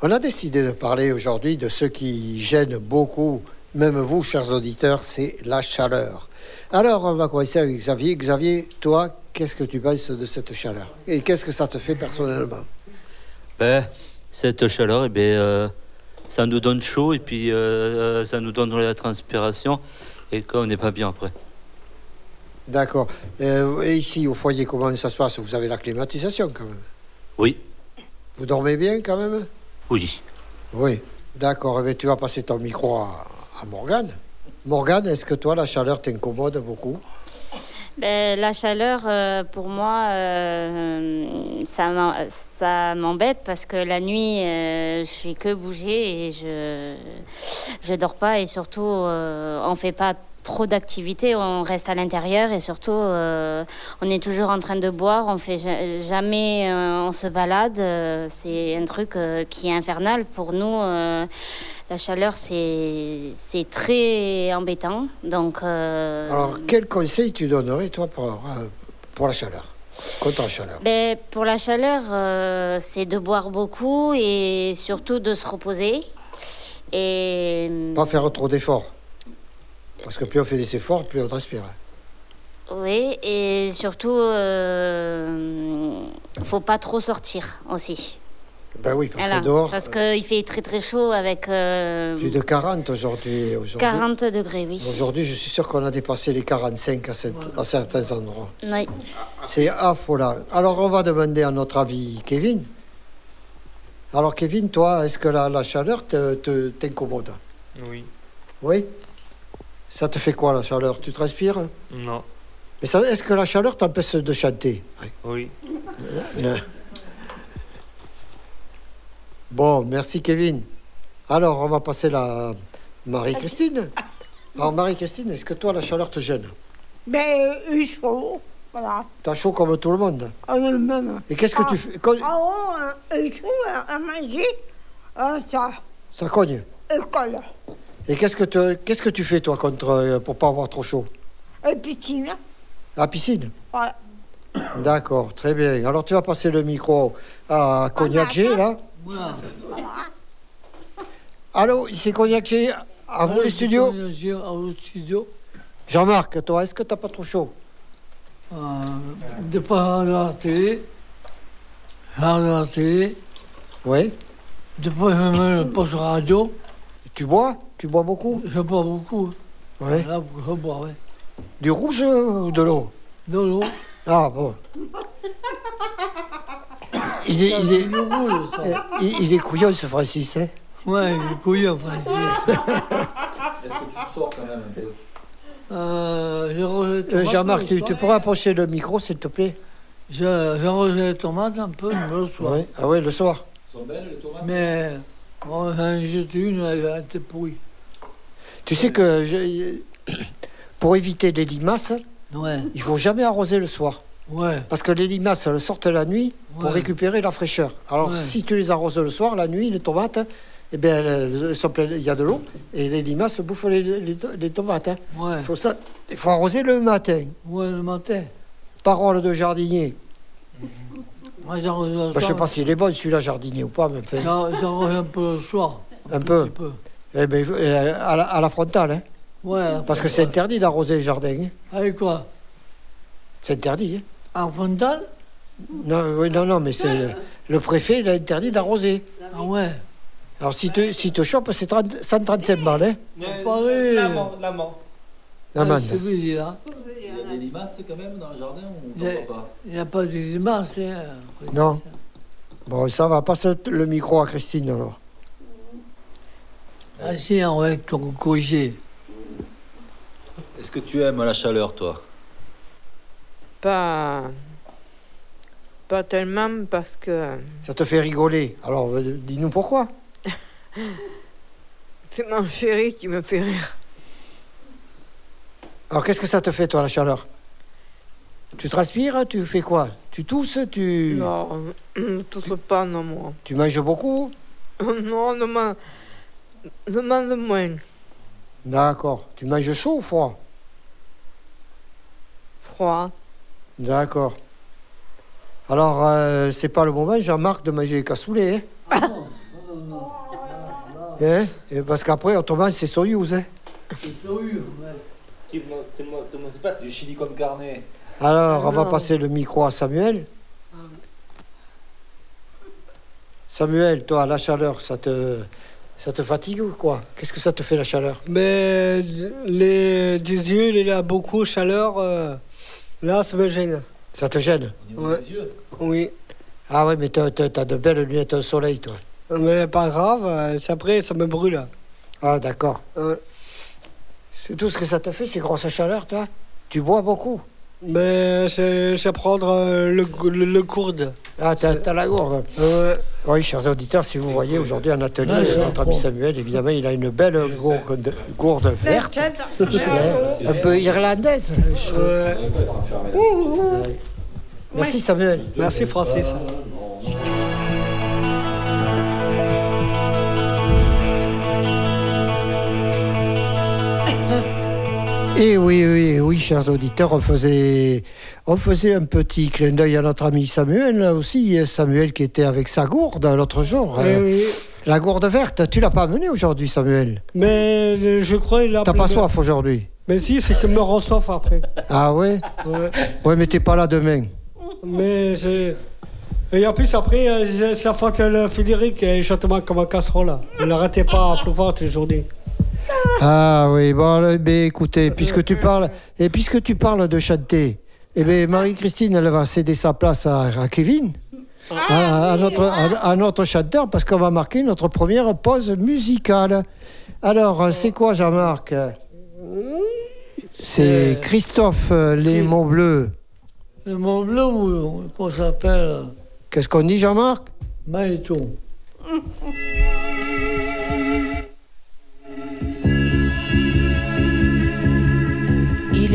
[SPEAKER 8] On a décidé de parler aujourd'hui de ce qui gêne beaucoup, même vous, chers auditeurs, c'est la chaleur. Alors, on va commencer avec Xavier. Xavier, toi, qu'est-ce que tu penses de cette chaleur Et qu'est-ce que ça te fait personnellement
[SPEAKER 6] Ben, cette chaleur, eh ben, euh, ça nous donne chaud et puis euh, ça nous donne la transpiration et qu'on n'est pas bien après.
[SPEAKER 8] D'accord. Euh, et ici, au foyer, comment ça se passe Vous avez la climatisation quand même.
[SPEAKER 6] Oui,
[SPEAKER 8] Vous dormez bien quand même
[SPEAKER 6] oui.
[SPEAKER 8] Oui. D'accord. Eh bien, tu vas passer ton micro à, à Morgane. Morgane, est-ce que toi, la chaleur t'incommode beaucoup
[SPEAKER 11] Ben, la chaleur, euh, pour moi, euh, ça m'en- ça m'embête parce que la nuit, euh, je suis que bougée et je je dors pas et surtout euh, on fait pas trop d'activités, on reste à l'intérieur et surtout euh, on est toujours en train de boire, on fait ja- jamais, euh, on se balade, euh, c'est un truc euh, qui est infernal pour nous. euh, la chaleur, c'est c'est très embêtant, donc. euh,
[SPEAKER 8] Alors, quel conseil tu donnerais, toi, pour, euh, pour la chaleur Contre la chaleur
[SPEAKER 11] Ben, pour la chaleur, euh, c'est de boire beaucoup et surtout de se reposer. Et
[SPEAKER 8] Pas faire trop d'efforts. Parce que plus on fait des efforts, plus on respire.
[SPEAKER 11] oui, et surtout, euh, faut pas trop sortir aussi.
[SPEAKER 8] Ben oui, parce
[SPEAKER 11] Voilà,
[SPEAKER 8] que dehors,
[SPEAKER 11] parce qu'il fait très très chaud avec euh,
[SPEAKER 8] plus de 40 aujourd'hui. aujourd'hui.
[SPEAKER 11] 40 degrés, oui.
[SPEAKER 8] Aujourd'hui, je suis sûr qu'on a dépassé les 45 à, cette- à certains endroits.
[SPEAKER 11] Oui.
[SPEAKER 8] C'est affolant. Alors, on va demander à notre avis Kevin. Alors, Kevin, toi, est-ce que la, la chaleur te- te- t'incommode
[SPEAKER 5] Oui.
[SPEAKER 8] Oui Ça te fait quoi, la chaleur Tu transpires
[SPEAKER 5] Non.
[SPEAKER 8] Mais ça- est-ce que la chaleur t'empêche de chanter
[SPEAKER 5] Oui.
[SPEAKER 8] Bon, merci, Kevin. Alors, on va passer la Marie-Christine. Alors, Marie-Christine, est-ce que toi, la chaleur te gêne
[SPEAKER 9] Ben, euh, il faut. Voilà.
[SPEAKER 8] T'as chaud comme tout le monde
[SPEAKER 9] On le même.
[SPEAKER 8] Et qu'est-ce que tu fais quand-
[SPEAKER 9] Ah, oh, euh, il faut euh, à manger.
[SPEAKER 12] Ah, ça,
[SPEAKER 8] Ça cogne.
[SPEAKER 12] école.
[SPEAKER 8] Et qu'est-ce que, te- qu'est-ce que tu fais, toi, contre, euh, pour pas avoir trop chaud
[SPEAKER 12] Et piscine.
[SPEAKER 8] À la piscine
[SPEAKER 12] Ouais.
[SPEAKER 8] D'accord, très bien. Alors, tu vas passer le micro à Cognac G, là Allô, ici Cognac G, à vous les studios
[SPEAKER 4] À vous les studios.
[SPEAKER 8] Jean-Marc, toi, est-ce que t'as pas trop chaud
[SPEAKER 4] Euh, de par la télé. Par la télé.
[SPEAKER 8] Oui.
[SPEAKER 4] De par le poste radio.
[SPEAKER 8] Tu bois Tu bois beaucoup
[SPEAKER 4] Je bois beaucoup.
[SPEAKER 8] Oui.
[SPEAKER 4] Là, je bois, oui.
[SPEAKER 8] Du rouge euh, ou de l'eau
[SPEAKER 4] De l'eau.
[SPEAKER 8] Ah, bon. Il est, il est,
[SPEAKER 4] Du rouge, ça.
[SPEAKER 8] eh, il, il est couillon, ce Francis, hein
[SPEAKER 4] Ouais, du couillon, Francis.
[SPEAKER 9] sors quand même un peu.
[SPEAKER 4] Euh, j'ai rangé les
[SPEAKER 8] Euh,
[SPEAKER 4] tomates
[SPEAKER 8] Jean-Marc,
[SPEAKER 4] le
[SPEAKER 8] tu,
[SPEAKER 4] soir.
[SPEAKER 8] tu pourrais approcher le micro, s'il te plaît
[SPEAKER 4] J'ai j'ai rangé les tomates un peu le soir.
[SPEAKER 8] Oui. Ah oui, le soir.
[SPEAKER 9] Elles sont belles, les tomates
[SPEAKER 4] Mais on en jette une, elle était pourrie.
[SPEAKER 8] Tu sais que je- pour éviter les limaces,
[SPEAKER 4] Ouais.
[SPEAKER 8] il faut jamais arroser le soir.
[SPEAKER 4] Ouais.
[SPEAKER 8] Parce que les limaces, elles sortent la nuit pour
[SPEAKER 4] Ouais.
[SPEAKER 8] récupérer la fraîcheur. Alors,
[SPEAKER 4] Ouais.
[SPEAKER 8] si tu les arroses le soir, la nuit, les tomates, eh bien, elles- elles sont pleines- il y a de l'eau et les limaces bouffent les, les- les tomates. hein.
[SPEAKER 4] Ouais.
[SPEAKER 8] Faut ça, il faut arroser le matin.
[SPEAKER 4] Ouais, le matin.
[SPEAKER 8] Parole de jardinier.
[SPEAKER 9] Mhm.
[SPEAKER 4] Moi, j'arrose le soir.
[SPEAKER 8] Bah, je ne sais pas s'il est bon, celui-là, jardinier ou pas, mais enfin,
[SPEAKER 4] J'ar- J'arrose un peu le soir.
[SPEAKER 8] un peu.
[SPEAKER 4] petit peu.
[SPEAKER 8] Eh ben, euh, à, la, à la frontale. hein.
[SPEAKER 4] Ouais. à la
[SPEAKER 8] Parce que c'est
[SPEAKER 4] frontale.
[SPEAKER 8] interdit d'arroser le jardin. hein.
[SPEAKER 4] Avec quoi
[SPEAKER 8] C'est interdit. hein.
[SPEAKER 4] En frontal
[SPEAKER 8] Non, oui, non, non, mais c'est le préfet, il a interdit d'arroser.
[SPEAKER 4] Ah ouais.
[SPEAKER 8] Alors si tu si te chopes, c'est 30 135 balles, hein,
[SPEAKER 4] Paris.
[SPEAKER 9] L'amant.
[SPEAKER 6] Ah,
[SPEAKER 8] l'amende.
[SPEAKER 4] Ah, C'est busy, là.
[SPEAKER 9] Il y a des limaces quand même dans le jardin ou
[SPEAKER 4] Il y a-
[SPEAKER 9] t'en vois pas
[SPEAKER 4] il n'y a pas de dimanche. hein.
[SPEAKER 8] Non. Bon, ça va, passe le micro à Christine alors.
[SPEAKER 4] Ah si, on va être corrigé.
[SPEAKER 9] Est-ce que tu aimes la chaleur, toi
[SPEAKER 2] Pas. Pas tellement parce que
[SPEAKER 8] Ça te fait rigoler. Alors euh, dis-nous pourquoi.
[SPEAKER 2] c'est mon chéri qui me fait rire.
[SPEAKER 8] Alors qu'est-ce que ça te fait, toi, la chaleur Tu transpires, tu fais quoi Tu tousses, tu,
[SPEAKER 2] Non, tout se pas, non, moi.
[SPEAKER 8] tu manges beaucoup
[SPEAKER 2] Non, demande. Demande moins.
[SPEAKER 8] D'accord. Tu manges chaud ou froid
[SPEAKER 2] Froid.
[SPEAKER 8] D'accord. Alors, euh, c'est pas le moment, Jean-Marc, de manger les cassoulets. Hein Hein Et parce qu'après, autrement, c'est Soyouz. Hein
[SPEAKER 9] Tu ne pas du chili con carne.
[SPEAKER 8] Alors, on va
[SPEAKER 10] Ah.
[SPEAKER 9] Non.
[SPEAKER 8] passer le micro à Samuel. Samuel, toi, la chaleur, ça te, ça te fatigue ou quoi Qu'est-ce que ça te fait la chaleur
[SPEAKER 10] Mais les, des yeux, il a beaucoup chaleur. euh, là, ça me gêne.
[SPEAKER 8] Ça te gêne
[SPEAKER 10] Ouais. Oui.
[SPEAKER 8] Ah oui, mais t'as t'as- t'as de belles lunettes au soleil, toi.
[SPEAKER 10] Mais pas grave, euh, c'est après, ça me brûle.
[SPEAKER 8] Ah, d'accord.
[SPEAKER 10] Ouais.
[SPEAKER 8] C'est tout ce que ça te fait, ces grosses chaleurs, toi Tu bois beaucoup
[SPEAKER 10] Mais je je vais Ben, prendre euh, le, gou- le, le gourde.
[SPEAKER 8] Ah, t'as t'as la gourde
[SPEAKER 10] Ouais.
[SPEAKER 8] Oui, chers auditeurs, si vous voyez aujourd'hui un atelier,
[SPEAKER 10] Ouais,
[SPEAKER 8] c'est
[SPEAKER 10] ouais.
[SPEAKER 8] notre ami Samuel, évidemment, il a une belle gourde, gourde verte,
[SPEAKER 6] Ah
[SPEAKER 9] Euh,
[SPEAKER 8] hein, un peu irlandaise. Euh,
[SPEAKER 10] Ouais.
[SPEAKER 8] Merci Samuel.
[SPEAKER 10] Merci Francis.
[SPEAKER 8] Et eh oui, oui, oui, chers auditeurs, on faisait, on faisait un petit clin d'œil à notre ami Samuel là aussi, hein, Samuel qui était avec sa gourde l'autre jour.
[SPEAKER 10] Eh
[SPEAKER 8] euh,
[SPEAKER 10] oui.
[SPEAKER 8] La gourde verte, tu l'as pas amenée aujourd'hui, Samuel.
[SPEAKER 10] Mais euh, je crois qu'il a.
[SPEAKER 8] T'as
[SPEAKER 10] pris
[SPEAKER 8] pas
[SPEAKER 10] de-
[SPEAKER 8] soif aujourd'hui.
[SPEAKER 10] Mais si, c'est qu'il me rend soif après.
[SPEAKER 8] Ah ouais
[SPEAKER 10] Ouais.
[SPEAKER 8] Ouais, mais t'es pas là demain.
[SPEAKER 10] Mais je- Et en plus, après, euh, c'est- c'est la faute de Frédéric, euh, il chante mal comme un casserole. Il n'arrêtait pas à pleuvoir toute la journée.
[SPEAKER 8] Ah oui, bon, eh bien, écoutez, puisque tu parles, et puisque tu parles de chanter, eh bien, Marie-Christine, elle va céder sa place à, à Kevin, à, à notre, à, à notre chanteur, parce qu'on va marquer notre première pause musicale. Alors, euh, c'est quoi, Jean-Marc C'est Christophe euh, Les Monts Bleus.
[SPEAKER 4] Le Mont Blanc, ou qu'on s'appelle
[SPEAKER 8] Qu'est-ce qu'on dit, Jean-Marc
[SPEAKER 4] Maïton.
[SPEAKER 13] Il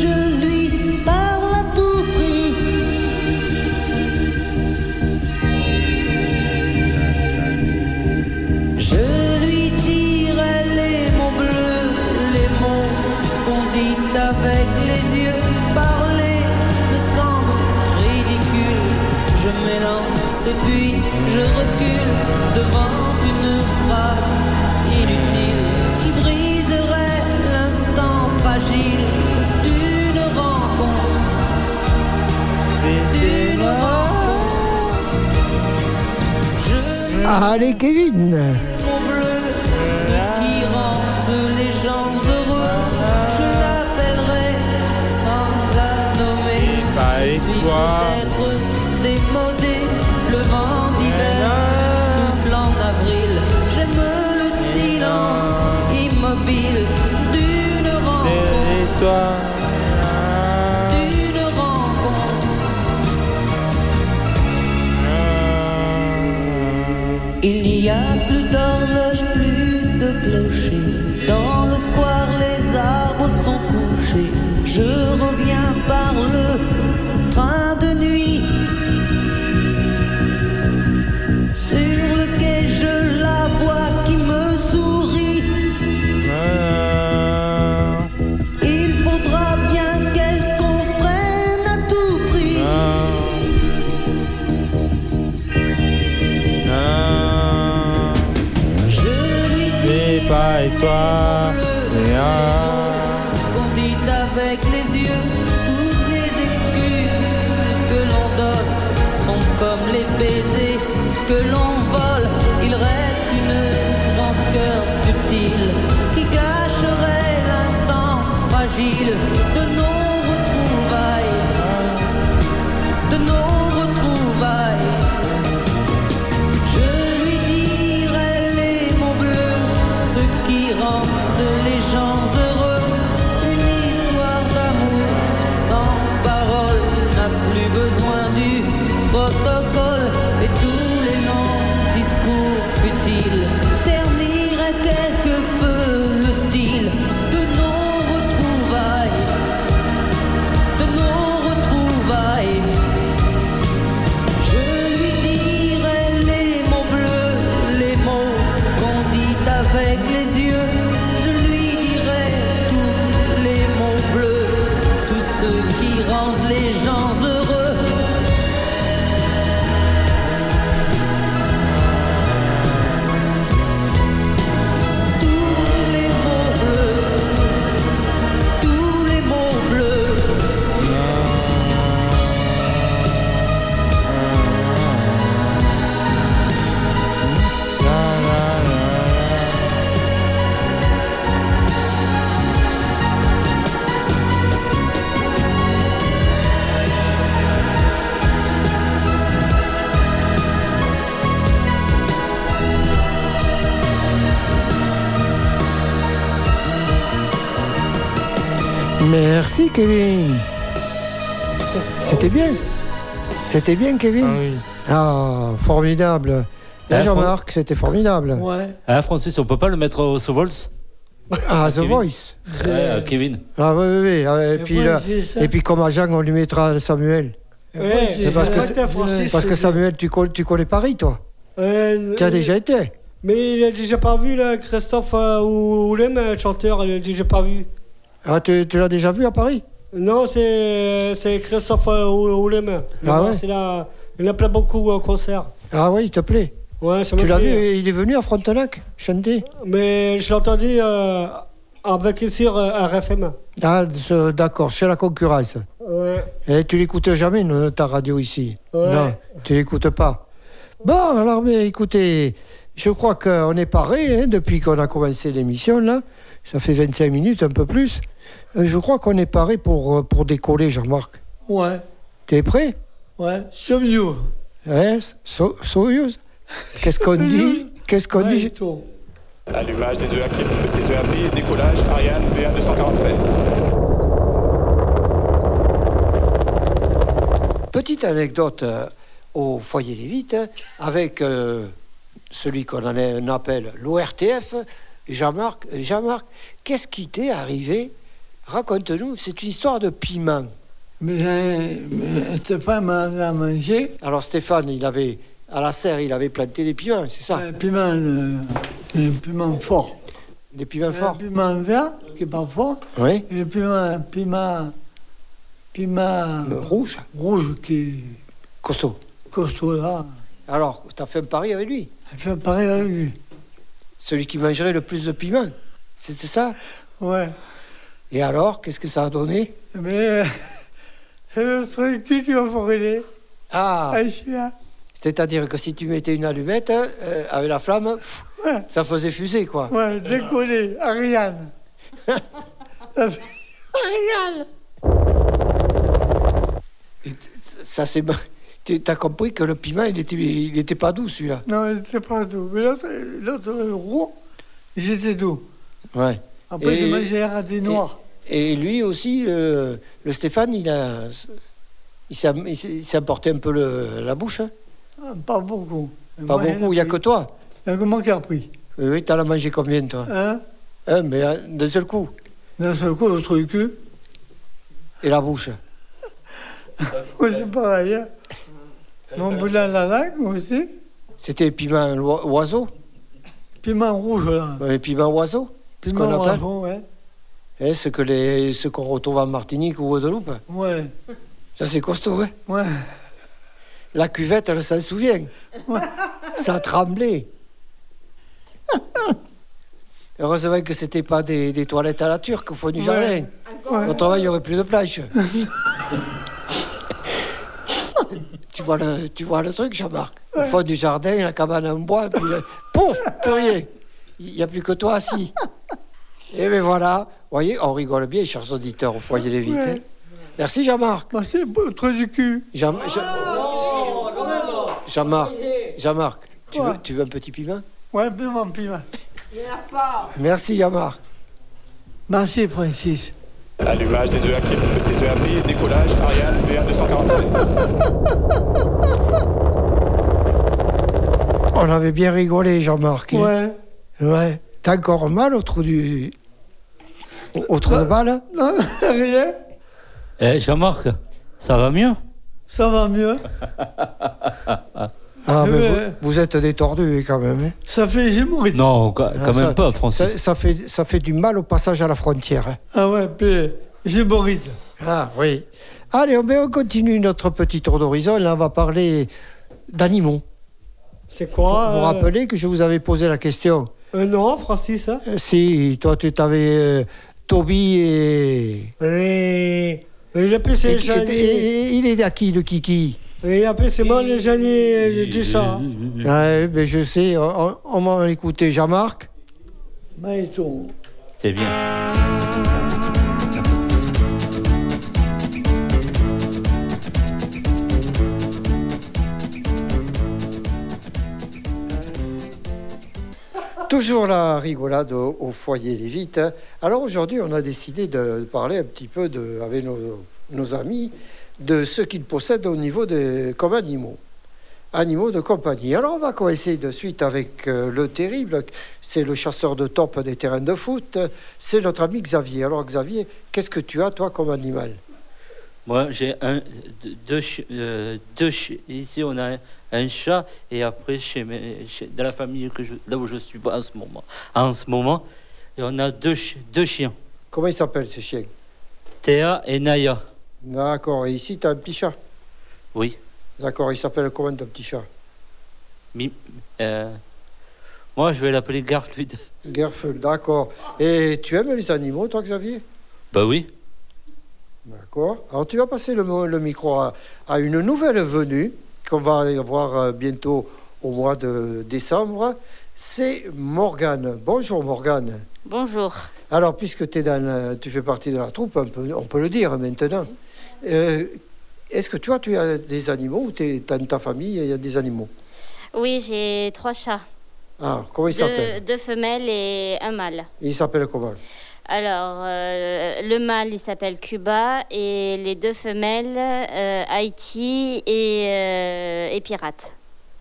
[SPEAKER 13] je lui parle à tout prix. Je lui dirai les mots bleus, les mots qu'on dit avec les yeux. Parler me semble ridicule. Je m'élance et puis je recule devant une phrase inutile qui briserait l'instant fragile d'une rencontre. D'une rencontre. Je lui
[SPEAKER 8] Ah, Allez, Kevin
[SPEAKER 13] mon bleu, ce qui rend les gens heureux. Je l'appellerai sans la nommer. Je suis peut-être démodé, le vent d'hiver souffle en avril. J'aime le silence immobile d'une rencontre. D'une rencontre. Il n'y a plus d'horloge, plus de clocher. Dans le square, les arbres sont couchés. Je reviens par le train de nuit. Sur le quai, je la vois qui me sourit. Il faudra bien qu'elle comprenne à tout prix.
[SPEAKER 14] Ah.
[SPEAKER 13] Je lui dis pas et toi qu'on dit avec les yeux toutes les excuses que l'on donne sont comme les baisers que l'on vole il reste une rancœur subtile qui gâcherait l'instant fragile de nos retrouvailles de nos retrouvailles je lui dirai les mots bleus, ce qui rendent les gens heureux. Une histoire d'amour sans parole n'a plus besoin du protocole. Et tous les longs discours futiles terniraient quelque peu le style de nos retrouvailles. De nos retrouvailles. Je lui dirai les mots bleus, les mots qu'on dit avec les yeux. Je lui dirai tous les mots bleus, tous ceux qui rendent les gens heureux. Tous les mots bleus, tous les mots bleus.
[SPEAKER 8] Merci, Kevin. C'était bien. C'était bien, Kevin. Ah, formidable. Là,
[SPEAKER 6] Ah,
[SPEAKER 8] Jean-Marc, c'était formidable.
[SPEAKER 6] Ah, Francis, on peut pas le mettre au The Voice
[SPEAKER 8] Ah, The
[SPEAKER 6] Kevin.
[SPEAKER 8] Voice.
[SPEAKER 6] Ouais, euh, Kevin.
[SPEAKER 8] Ah oui, oui, oui. Ah, Et, puis,
[SPEAKER 6] ouais,
[SPEAKER 8] là-
[SPEAKER 6] c'est ça.
[SPEAKER 8] et puis comme à Jacques, on lui mettra Samuel.
[SPEAKER 10] Ouais,
[SPEAKER 8] Mais parce, que, parce que Samuel, tu connais, tu connais Paris, toi. Tu as déjà été.
[SPEAKER 10] Mais il a déjà pas vu, là, Christophe euh, ou, ou le même chanteur, il a déjà pas vu.
[SPEAKER 8] Ah, tu, tu l'as déjà vu à Paris
[SPEAKER 10] Non, c'est c'est Christophe euh, ou, ou le même.
[SPEAKER 8] Ah
[SPEAKER 10] Non,
[SPEAKER 8] ouais
[SPEAKER 10] c'est là, Il en plein beaucoup au concert.
[SPEAKER 8] Ah oui, il te plaît.
[SPEAKER 10] Ouais, ça
[SPEAKER 8] tu
[SPEAKER 10] me
[SPEAKER 8] l'as vu,
[SPEAKER 10] plaît.
[SPEAKER 8] il est venu à Frontenac, chanter.
[SPEAKER 10] Mais je l'ai entendu euh, avec ici euh, RFM.
[SPEAKER 8] Ah, ce- d'accord, chez la concurrence.
[SPEAKER 10] Ouais.
[SPEAKER 8] Et Eh, tu l'écoutes jamais, nous, ta radio ici
[SPEAKER 10] Ouais.
[SPEAKER 8] Non, tu l'écoutes pas. Bon, alors, mais écoutez, je crois qu'on est paré hein, depuis qu'on a commencé l'émission, là. Ça fait 25 minutes, un peu plus. Euh, Je crois qu'on est paré pour, euh, pour décoller, Jean-Marc.
[SPEAKER 3] Ouais,
[SPEAKER 8] T'es prêt
[SPEAKER 3] ouais. Sommes-nous
[SPEAKER 8] Yes, so- Soyuz Qu'est-ce qu'on dit Qu'est-ce qu'on dit
[SPEAKER 15] Allumage des deux AP, des deux AP, décollage Ariane BA 247.
[SPEAKER 8] petite anecdote euh, au foyer Lévite hein, avec euh, celui qu'on en appelle l'ORTF, Jean-Marc. Jean-Marc, qu'est-ce qui t'est arrivé Raconte-nous, c'est une histoire de piment.
[SPEAKER 3] Mais, mais Stéphane m'a mangé.
[SPEAKER 8] Alors Stéphane, il avait à la serre, il avait planté des piments, c'est ça
[SPEAKER 3] un piment, euh, un piment fort.
[SPEAKER 8] Des piments
[SPEAKER 3] forts. Un piment vert, qui est pas fort.
[SPEAKER 8] Oui.
[SPEAKER 3] Et le piment, piment, piment
[SPEAKER 8] Le rouge.
[SPEAKER 3] rouge qui est
[SPEAKER 8] Costaud.
[SPEAKER 3] costaud là.
[SPEAKER 8] Alors, t'as fait un pari avec lui
[SPEAKER 3] Il fait pareil avec lui.
[SPEAKER 8] Celui qui mangerait le plus de piments, c'était ça
[SPEAKER 3] Ouais.
[SPEAKER 8] Et alors, qu'est-ce que ça a donné
[SPEAKER 3] Mais euh, c'est le truc qui qui m'a brûlé.
[SPEAKER 8] Ah
[SPEAKER 3] Un chien.
[SPEAKER 8] C'est-à-dire que si tu mettais une allumette euh, avec la flamme, pff,
[SPEAKER 3] Ouais.
[SPEAKER 8] ça faisait fuser, quoi.
[SPEAKER 3] Ouais, décollé, Ariane. Ça fait- Ariane
[SPEAKER 8] Ça c'est. Tu as compris que le piment, il n'était il était pas doux, celui-là.
[SPEAKER 3] Non, c'était pas doux. Mais l'autre, l'autre le roux, j'étais doux.
[SPEAKER 8] Ouais.
[SPEAKER 3] Après,
[SPEAKER 8] Et-
[SPEAKER 3] j'ai mangé un radis noir.
[SPEAKER 8] Et lui aussi, euh, le Stéphane, il a. Il s'est il s'est- il s'est apporté un peu le- la bouche. hein.
[SPEAKER 3] Ah, Pas beaucoup.
[SPEAKER 8] Pas
[SPEAKER 3] Moi,
[SPEAKER 8] beaucoup, il n'y a que toi.
[SPEAKER 3] Il y a que moi qui a pris.
[SPEAKER 8] Oui, oui, t'en as mangé combien, toi
[SPEAKER 3] Hein
[SPEAKER 8] Hein, mais euh, d'un seul coup.
[SPEAKER 3] D'un seul coup, le truc.
[SPEAKER 8] Et la bouche.
[SPEAKER 3] Moi, c'est pareil. Hein. C'est mon bout de la langue aussi.
[SPEAKER 8] C'était piment lo- oiseau
[SPEAKER 3] Piment rouge, là.
[SPEAKER 8] euh, Piment oiseau C'est ce qu'on
[SPEAKER 3] Piment
[SPEAKER 8] appelle
[SPEAKER 3] oiseau, ouais.
[SPEAKER 8] Hein, ce que les- ce qu'on retrouve en Martinique ou Guadeloupe.
[SPEAKER 3] Ouais.
[SPEAKER 8] Ça, c'est costaud, hein
[SPEAKER 3] Ouais.
[SPEAKER 8] La cuvette, elle s'en souvient. Ça tremblait. Heureusement que c'était pas des, des toilettes à la turque au fond du
[SPEAKER 3] Ouais.
[SPEAKER 8] jardin.
[SPEAKER 3] Ouais.
[SPEAKER 8] Autrement, il n'y aurait plus de plage. tu, vois le, tu vois le truc, Jean-Marc Au fond du jardin, la cabane en bois, puis le- pouf, plus rien. Il n'y a plus que toi assis. Et bien voilà, vous voyez, on rigole bien, chers auditeurs, au foyer les vite.
[SPEAKER 3] Ouais.
[SPEAKER 8] Merci Jean-Marc.
[SPEAKER 3] Merci, beau truc du cul.
[SPEAKER 8] Jean- Jean- Jean-Marc, Jean-Marc, tu veux, tu veux un petit piment
[SPEAKER 3] Ouais, piment, piment.
[SPEAKER 8] Merci Jean-Marc.
[SPEAKER 3] Merci, Francis.
[SPEAKER 15] Allumage des deux applis, des deux applis, décollage Ariane VA247.
[SPEAKER 8] On avait bien rigolé, Jean-Marc. hein
[SPEAKER 3] Ouais.
[SPEAKER 8] Ouais. T'as encore mal au trou du. Au, au trou de balle
[SPEAKER 3] Non, rien.
[SPEAKER 6] Eh, Jean-Marc, ça va mieux
[SPEAKER 3] Ça va mieux.
[SPEAKER 8] Ah, mais
[SPEAKER 3] Ouais.
[SPEAKER 8] vous, vous êtes détordus quand même. hein.
[SPEAKER 3] Ça fait hémorroïde.
[SPEAKER 6] Non, quand,
[SPEAKER 8] Ah,
[SPEAKER 6] quand
[SPEAKER 8] ça-
[SPEAKER 6] même pas, Francis.
[SPEAKER 8] Ça, ça fait, ça fait du mal au passage à la frontière. hein.
[SPEAKER 3] Ah ouais, puis hémorroïde.
[SPEAKER 8] Ah oui. Allez, on, mais on continue notre petit tour d'horizon. Là, on va parler d'animaux.
[SPEAKER 10] C'est quoi
[SPEAKER 8] Vous vous
[SPEAKER 10] euh,
[SPEAKER 8] rappelez que je vous avais posé la question
[SPEAKER 10] euh, Non, Francis. hein
[SPEAKER 8] Euh, Si, toi, tu t'avais euh, Toby et...
[SPEAKER 10] Oui. Il a plus
[SPEAKER 8] et-
[SPEAKER 10] ses
[SPEAKER 8] et-
[SPEAKER 10] années.
[SPEAKER 8] et- et- il est à qui, le kiki
[SPEAKER 10] Il a plus ses mains les années euh, du chat.
[SPEAKER 8] Ouais, mais Je sais, on, on va écouter Jean-Marc.
[SPEAKER 3] Maïto.
[SPEAKER 6] C'est bien.
[SPEAKER 8] Toujours la rigolade au, au foyer Lévite. hein. Alors aujourd'hui, on a décidé de, de parler un petit peu de, avec nos, nos amis de ce qu'ils possèdent au niveau des comme animaux. Animaux de compagnie. Alors on va commencer de suite avec euh, le terrible. C'est le chasseur de top des terrains de foot. C'est notre ami Xavier. Alors Xavier, qu'est-ce que tu as toi comme animal
[SPEAKER 6] Moi, j'ai un, deux, chi- euh, deux chi- ici on a un, un chat et après chez mes, chez- dans la famille que je, là où je suis pas en ce moment, en ce moment, et on a deux, chi- deux chiens,
[SPEAKER 8] Comment ils s'appellent ces chiens
[SPEAKER 6] Théa Ah, et Naya.
[SPEAKER 8] D'accord. Et ici, tu as un petit chat.
[SPEAKER 6] Oui.
[SPEAKER 8] D'accord. Il s'appelle comment ton petit chat
[SPEAKER 6] Mi- euh, moi, je vais l'appeler Garfield.
[SPEAKER 8] Gerfel, d'accord. Et tu aimes les animaux, toi, Xavier
[SPEAKER 6] Bah oui.
[SPEAKER 8] D'accord. Alors, tu vas passer le, mo- le micro à, à une nouvelle venue qu'on va avoir euh, bientôt au mois de décembre. C'est Morgane. Bonjour, Morgane.
[SPEAKER 11] Bonjour.
[SPEAKER 8] Alors, puisque t'es dans la- tu fais partie de la troupe, on peut, on peut le dire maintenant. Euh, Est-ce que toi, tu as des animaux ou t'es- dans ta famille, il y a des animaux
[SPEAKER 11] Oui, j'ai trois chats.
[SPEAKER 8] Alors, comment ils
[SPEAKER 11] deux,
[SPEAKER 8] s'appellent
[SPEAKER 11] deux femelles et un mâle.
[SPEAKER 8] Ils s'appellent comment
[SPEAKER 11] Alors, euh, le mâle, il s'appelle Cuba et les deux femelles, euh, Haïti et, euh, et Pirates.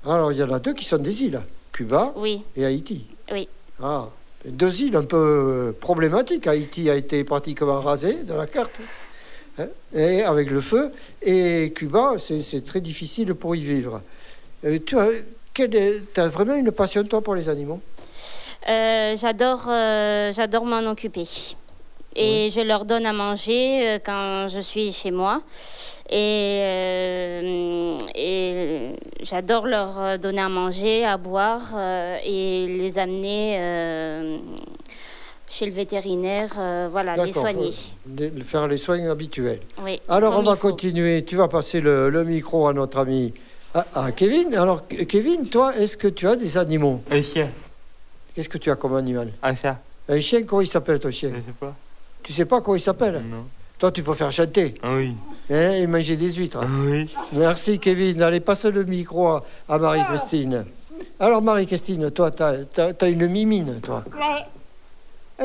[SPEAKER 8] Alors, il y en a deux qui sont des îles, Cuba
[SPEAKER 11] Oui.
[SPEAKER 8] et Haïti.
[SPEAKER 11] Oui.
[SPEAKER 8] Ah, deux îles un peu euh, problématiques. Haïti a été pratiquement rasée de la carte, hein, et avec le feu. Et Cuba, c'est c'est très difficile pour y vivre. Euh, tu as, quelle est- t'as vraiment une passion, toi, pour les animaux
[SPEAKER 11] Euh, j'adore, euh, j'adore m'en occuper. Et je leur donne à manger euh, quand je suis chez moi. Et, euh, et j'adore leur euh, donner à manger, à boire euh, et les amener euh, chez le vétérinaire, euh, voilà, les
[SPEAKER 8] D'accord,
[SPEAKER 11] soigner.
[SPEAKER 8] euh, les- Faire les soins habituels.
[SPEAKER 11] Oui,
[SPEAKER 8] Alors, on
[SPEAKER 11] comme
[SPEAKER 8] va
[SPEAKER 11] il faut.
[SPEAKER 8] continuer. Tu vas passer le, le micro à notre ami à, à Kevin. Alors, Ke- Kevin, toi, est-ce que tu as des animaux
[SPEAKER 16] Un chien,
[SPEAKER 8] Qu'est-ce que tu as comme animal
[SPEAKER 16] un chat.
[SPEAKER 8] Un chien, comment il s'appelle, ton chien
[SPEAKER 16] Je sais pas.
[SPEAKER 8] Tu sais pas comment il s'appelle
[SPEAKER 16] Non.
[SPEAKER 8] Toi, tu préfères chanter
[SPEAKER 16] Ah oui.
[SPEAKER 8] hein, et manger des huîtres.
[SPEAKER 16] Ah Oui.
[SPEAKER 8] Merci, Kevin. Allez, passe le micro à, à Marie-Christine. Alors, Marie-Christine, toi, tu as, une mimine, toi.
[SPEAKER 9] Mais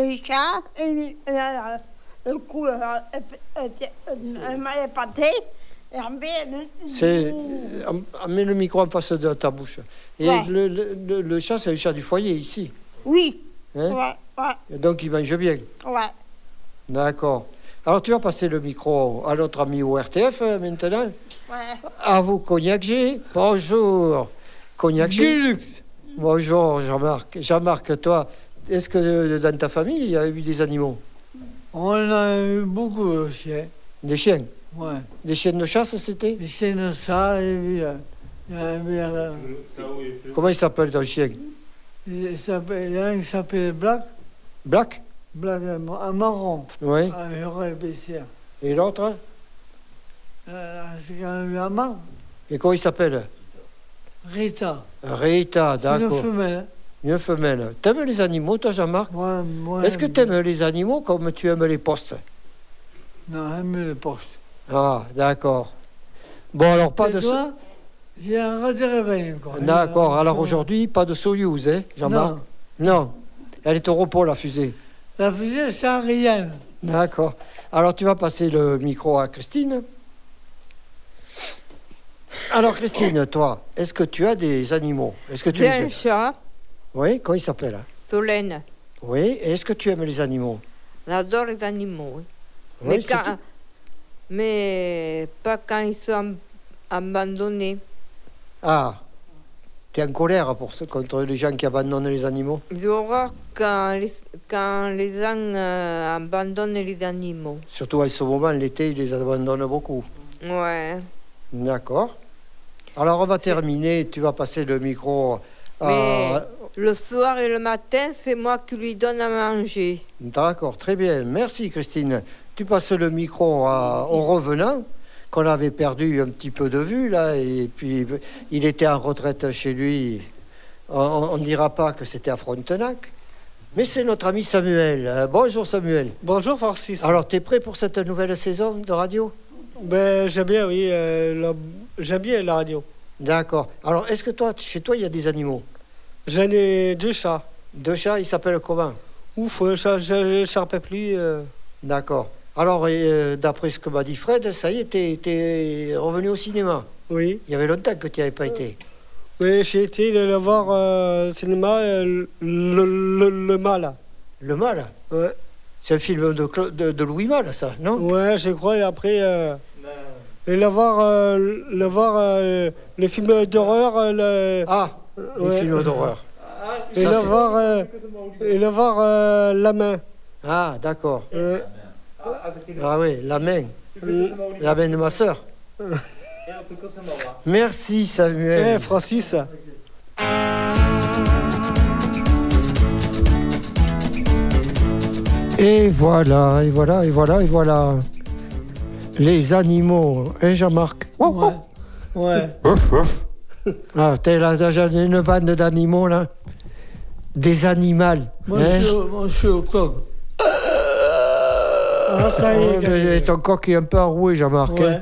[SPEAKER 9] un chat, une, euh, le cou euh, euh, euh, mal épaté, et en bien,
[SPEAKER 8] C'est, euh, am- mets le micro en face de ta bouche. Et
[SPEAKER 9] Ouais.
[SPEAKER 8] le, le- le- le chat, c'est le chat du foyer, ici.
[SPEAKER 9] Oui.
[SPEAKER 8] hein.
[SPEAKER 9] Ouais, ouais,
[SPEAKER 8] Et Donc, il mange bien.
[SPEAKER 9] ouais.
[SPEAKER 8] D'accord. Alors, tu vas passer le micro à notre ami au RTF euh, maintenant.
[SPEAKER 9] Ouais.
[SPEAKER 8] À vous, Cognac G. Bonjour. Cognac G. Bonjour, Jean-Marc. Jean-Marc, toi, est-ce que euh, dans ta famille, il y a eu des animaux
[SPEAKER 3] On a eu beaucoup de chiens.
[SPEAKER 8] Des chiens
[SPEAKER 3] Ouais.
[SPEAKER 8] Des chiens de chasse, c'était
[SPEAKER 3] Des chiens de ça, et puis, euh, il y en avait un, euh,
[SPEAKER 8] Comment il s'appelle ton chien
[SPEAKER 3] il s'appelle- il y en a un qui s'appelait Black,
[SPEAKER 8] Black
[SPEAKER 3] Black un mar- un marron, Ah,
[SPEAKER 8] Oui.
[SPEAKER 3] avec oreille baissière.
[SPEAKER 8] Et l'autre hein
[SPEAKER 3] Euh, C'est quand même la main,
[SPEAKER 8] Et comment il s'appelle
[SPEAKER 3] Rita.
[SPEAKER 8] Rita,
[SPEAKER 3] C'est une
[SPEAKER 8] d'accord.
[SPEAKER 3] femelle. hein.
[SPEAKER 8] Une femelle. T'aimes les animaux, toi, Jean-Marc
[SPEAKER 3] Moi, moi,
[SPEAKER 8] Est-ce que t'aimes les animaux comme tu aimes les postes
[SPEAKER 3] Non, elle me le porte.
[SPEAKER 8] Ah, d'accord. Bon, alors, pas
[SPEAKER 3] Et
[SPEAKER 8] de... so-
[SPEAKER 3] toi, J'ai un radio réveil encore.
[SPEAKER 8] D'accord. Alors aujourd'hui, pas de Soyouz, hein, Jean-Marc non. Elle est au repos, la fusée.
[SPEAKER 3] La fusée, c'est Ariane.
[SPEAKER 8] D'accord. Alors tu vas passer le micro à Christine. Alors Christine, toi, est-ce que tu as des animaux Est-ce que tu
[SPEAKER 2] J'ai
[SPEAKER 8] les
[SPEAKER 2] un
[SPEAKER 8] aimes
[SPEAKER 2] chat,
[SPEAKER 8] Oui, comment il s'appelle hein
[SPEAKER 2] Solène.
[SPEAKER 8] Oui, et est-ce que tu aimes les animaux
[SPEAKER 2] J'adore les animaux. oui.
[SPEAKER 8] Oui,
[SPEAKER 2] mais,
[SPEAKER 8] c'est
[SPEAKER 2] quand-
[SPEAKER 8] tout.
[SPEAKER 2] mais pas quand ils sont abandonnés.
[SPEAKER 8] Ah, tu es en colère pour ce, contre les gens qui abandonnent les animaux
[SPEAKER 2] J'ai horreur quand les, quand les gens euh, abandonnent les animaux.
[SPEAKER 8] Surtout à ce moment, l'été, ils les abandonnent beaucoup.
[SPEAKER 2] Ouais.
[SPEAKER 8] D'accord. Alors on va terminer, tu vas passer le micro à...
[SPEAKER 2] Mais le soir et le matin, c'est moi qui lui donne à manger.
[SPEAKER 8] D'accord, très bien. Merci Christine. Tu passes le micro à, au revenant qu'on avait perdu un petit peu de vue là et puis il était en retraite chez lui. On ne dira pas que c'était à Frontenac. Mais c'est notre ami Samuel. Euh, bonjour Samuel.
[SPEAKER 10] Bonjour Francis.
[SPEAKER 8] Alors, tu es prêt pour cette nouvelle saison de radio
[SPEAKER 10] Ben, j'aime bien, oui, euh, la- j'aime bien la radio.
[SPEAKER 8] D'accord. Alors, est-ce que toi, chez toi, il y a des animaux
[SPEAKER 10] J'en ai deux chats.
[SPEAKER 8] Deux chats, ils s'appellent comment
[SPEAKER 10] Ouf, euh, chat- je ne charpais plus. euh.
[SPEAKER 8] D'accord. Alors, et, euh, d'après ce que m'a dit Fred, ça y est, tu es, revenu au cinéma.
[SPEAKER 10] Oui. Euh,
[SPEAKER 8] Il y avait longtemps que tu n'y avais pas été.
[SPEAKER 10] Oui, j'ai été le, le voir euh, au cinéma, euh, le, le, le mal.
[SPEAKER 8] Le mal
[SPEAKER 10] Ouais.
[SPEAKER 8] C'est un film de, Cla- de, de Louis Malle, ça, non
[SPEAKER 10] Ouais, je crois, et après. euh, et le voir, euh, le, voir euh, le film d'horreur. euh, le-
[SPEAKER 8] Ah, les
[SPEAKER 10] ouais.
[SPEAKER 8] films d'horreur.
[SPEAKER 10] Et
[SPEAKER 8] Ah, Ça,
[SPEAKER 10] le
[SPEAKER 8] c'est-
[SPEAKER 10] voir, euh, et le voir euh, la main.
[SPEAKER 8] Ah, d'accord.
[SPEAKER 10] Euh,
[SPEAKER 8] Ah oui, la main. La main de ma sœur. Merci, Samuel.
[SPEAKER 10] Eh, Francis.
[SPEAKER 8] Et voilà, et voilà, et voilà, et voilà. Les animaux. Hein, Jean-Marc Wouh, wouh.
[SPEAKER 10] Ouais.
[SPEAKER 8] Ah, t'es là, t'as- j'en ai une bande d'animaux, là. Des animaux.
[SPEAKER 4] Moi,
[SPEAKER 8] Hein
[SPEAKER 4] je suis au- moi, je suis au coq.
[SPEAKER 3] Ah, ça y est,
[SPEAKER 8] Ouais, mais ton coq est un peu enroué, Jean-Marc.
[SPEAKER 3] Ouais.
[SPEAKER 8] hein.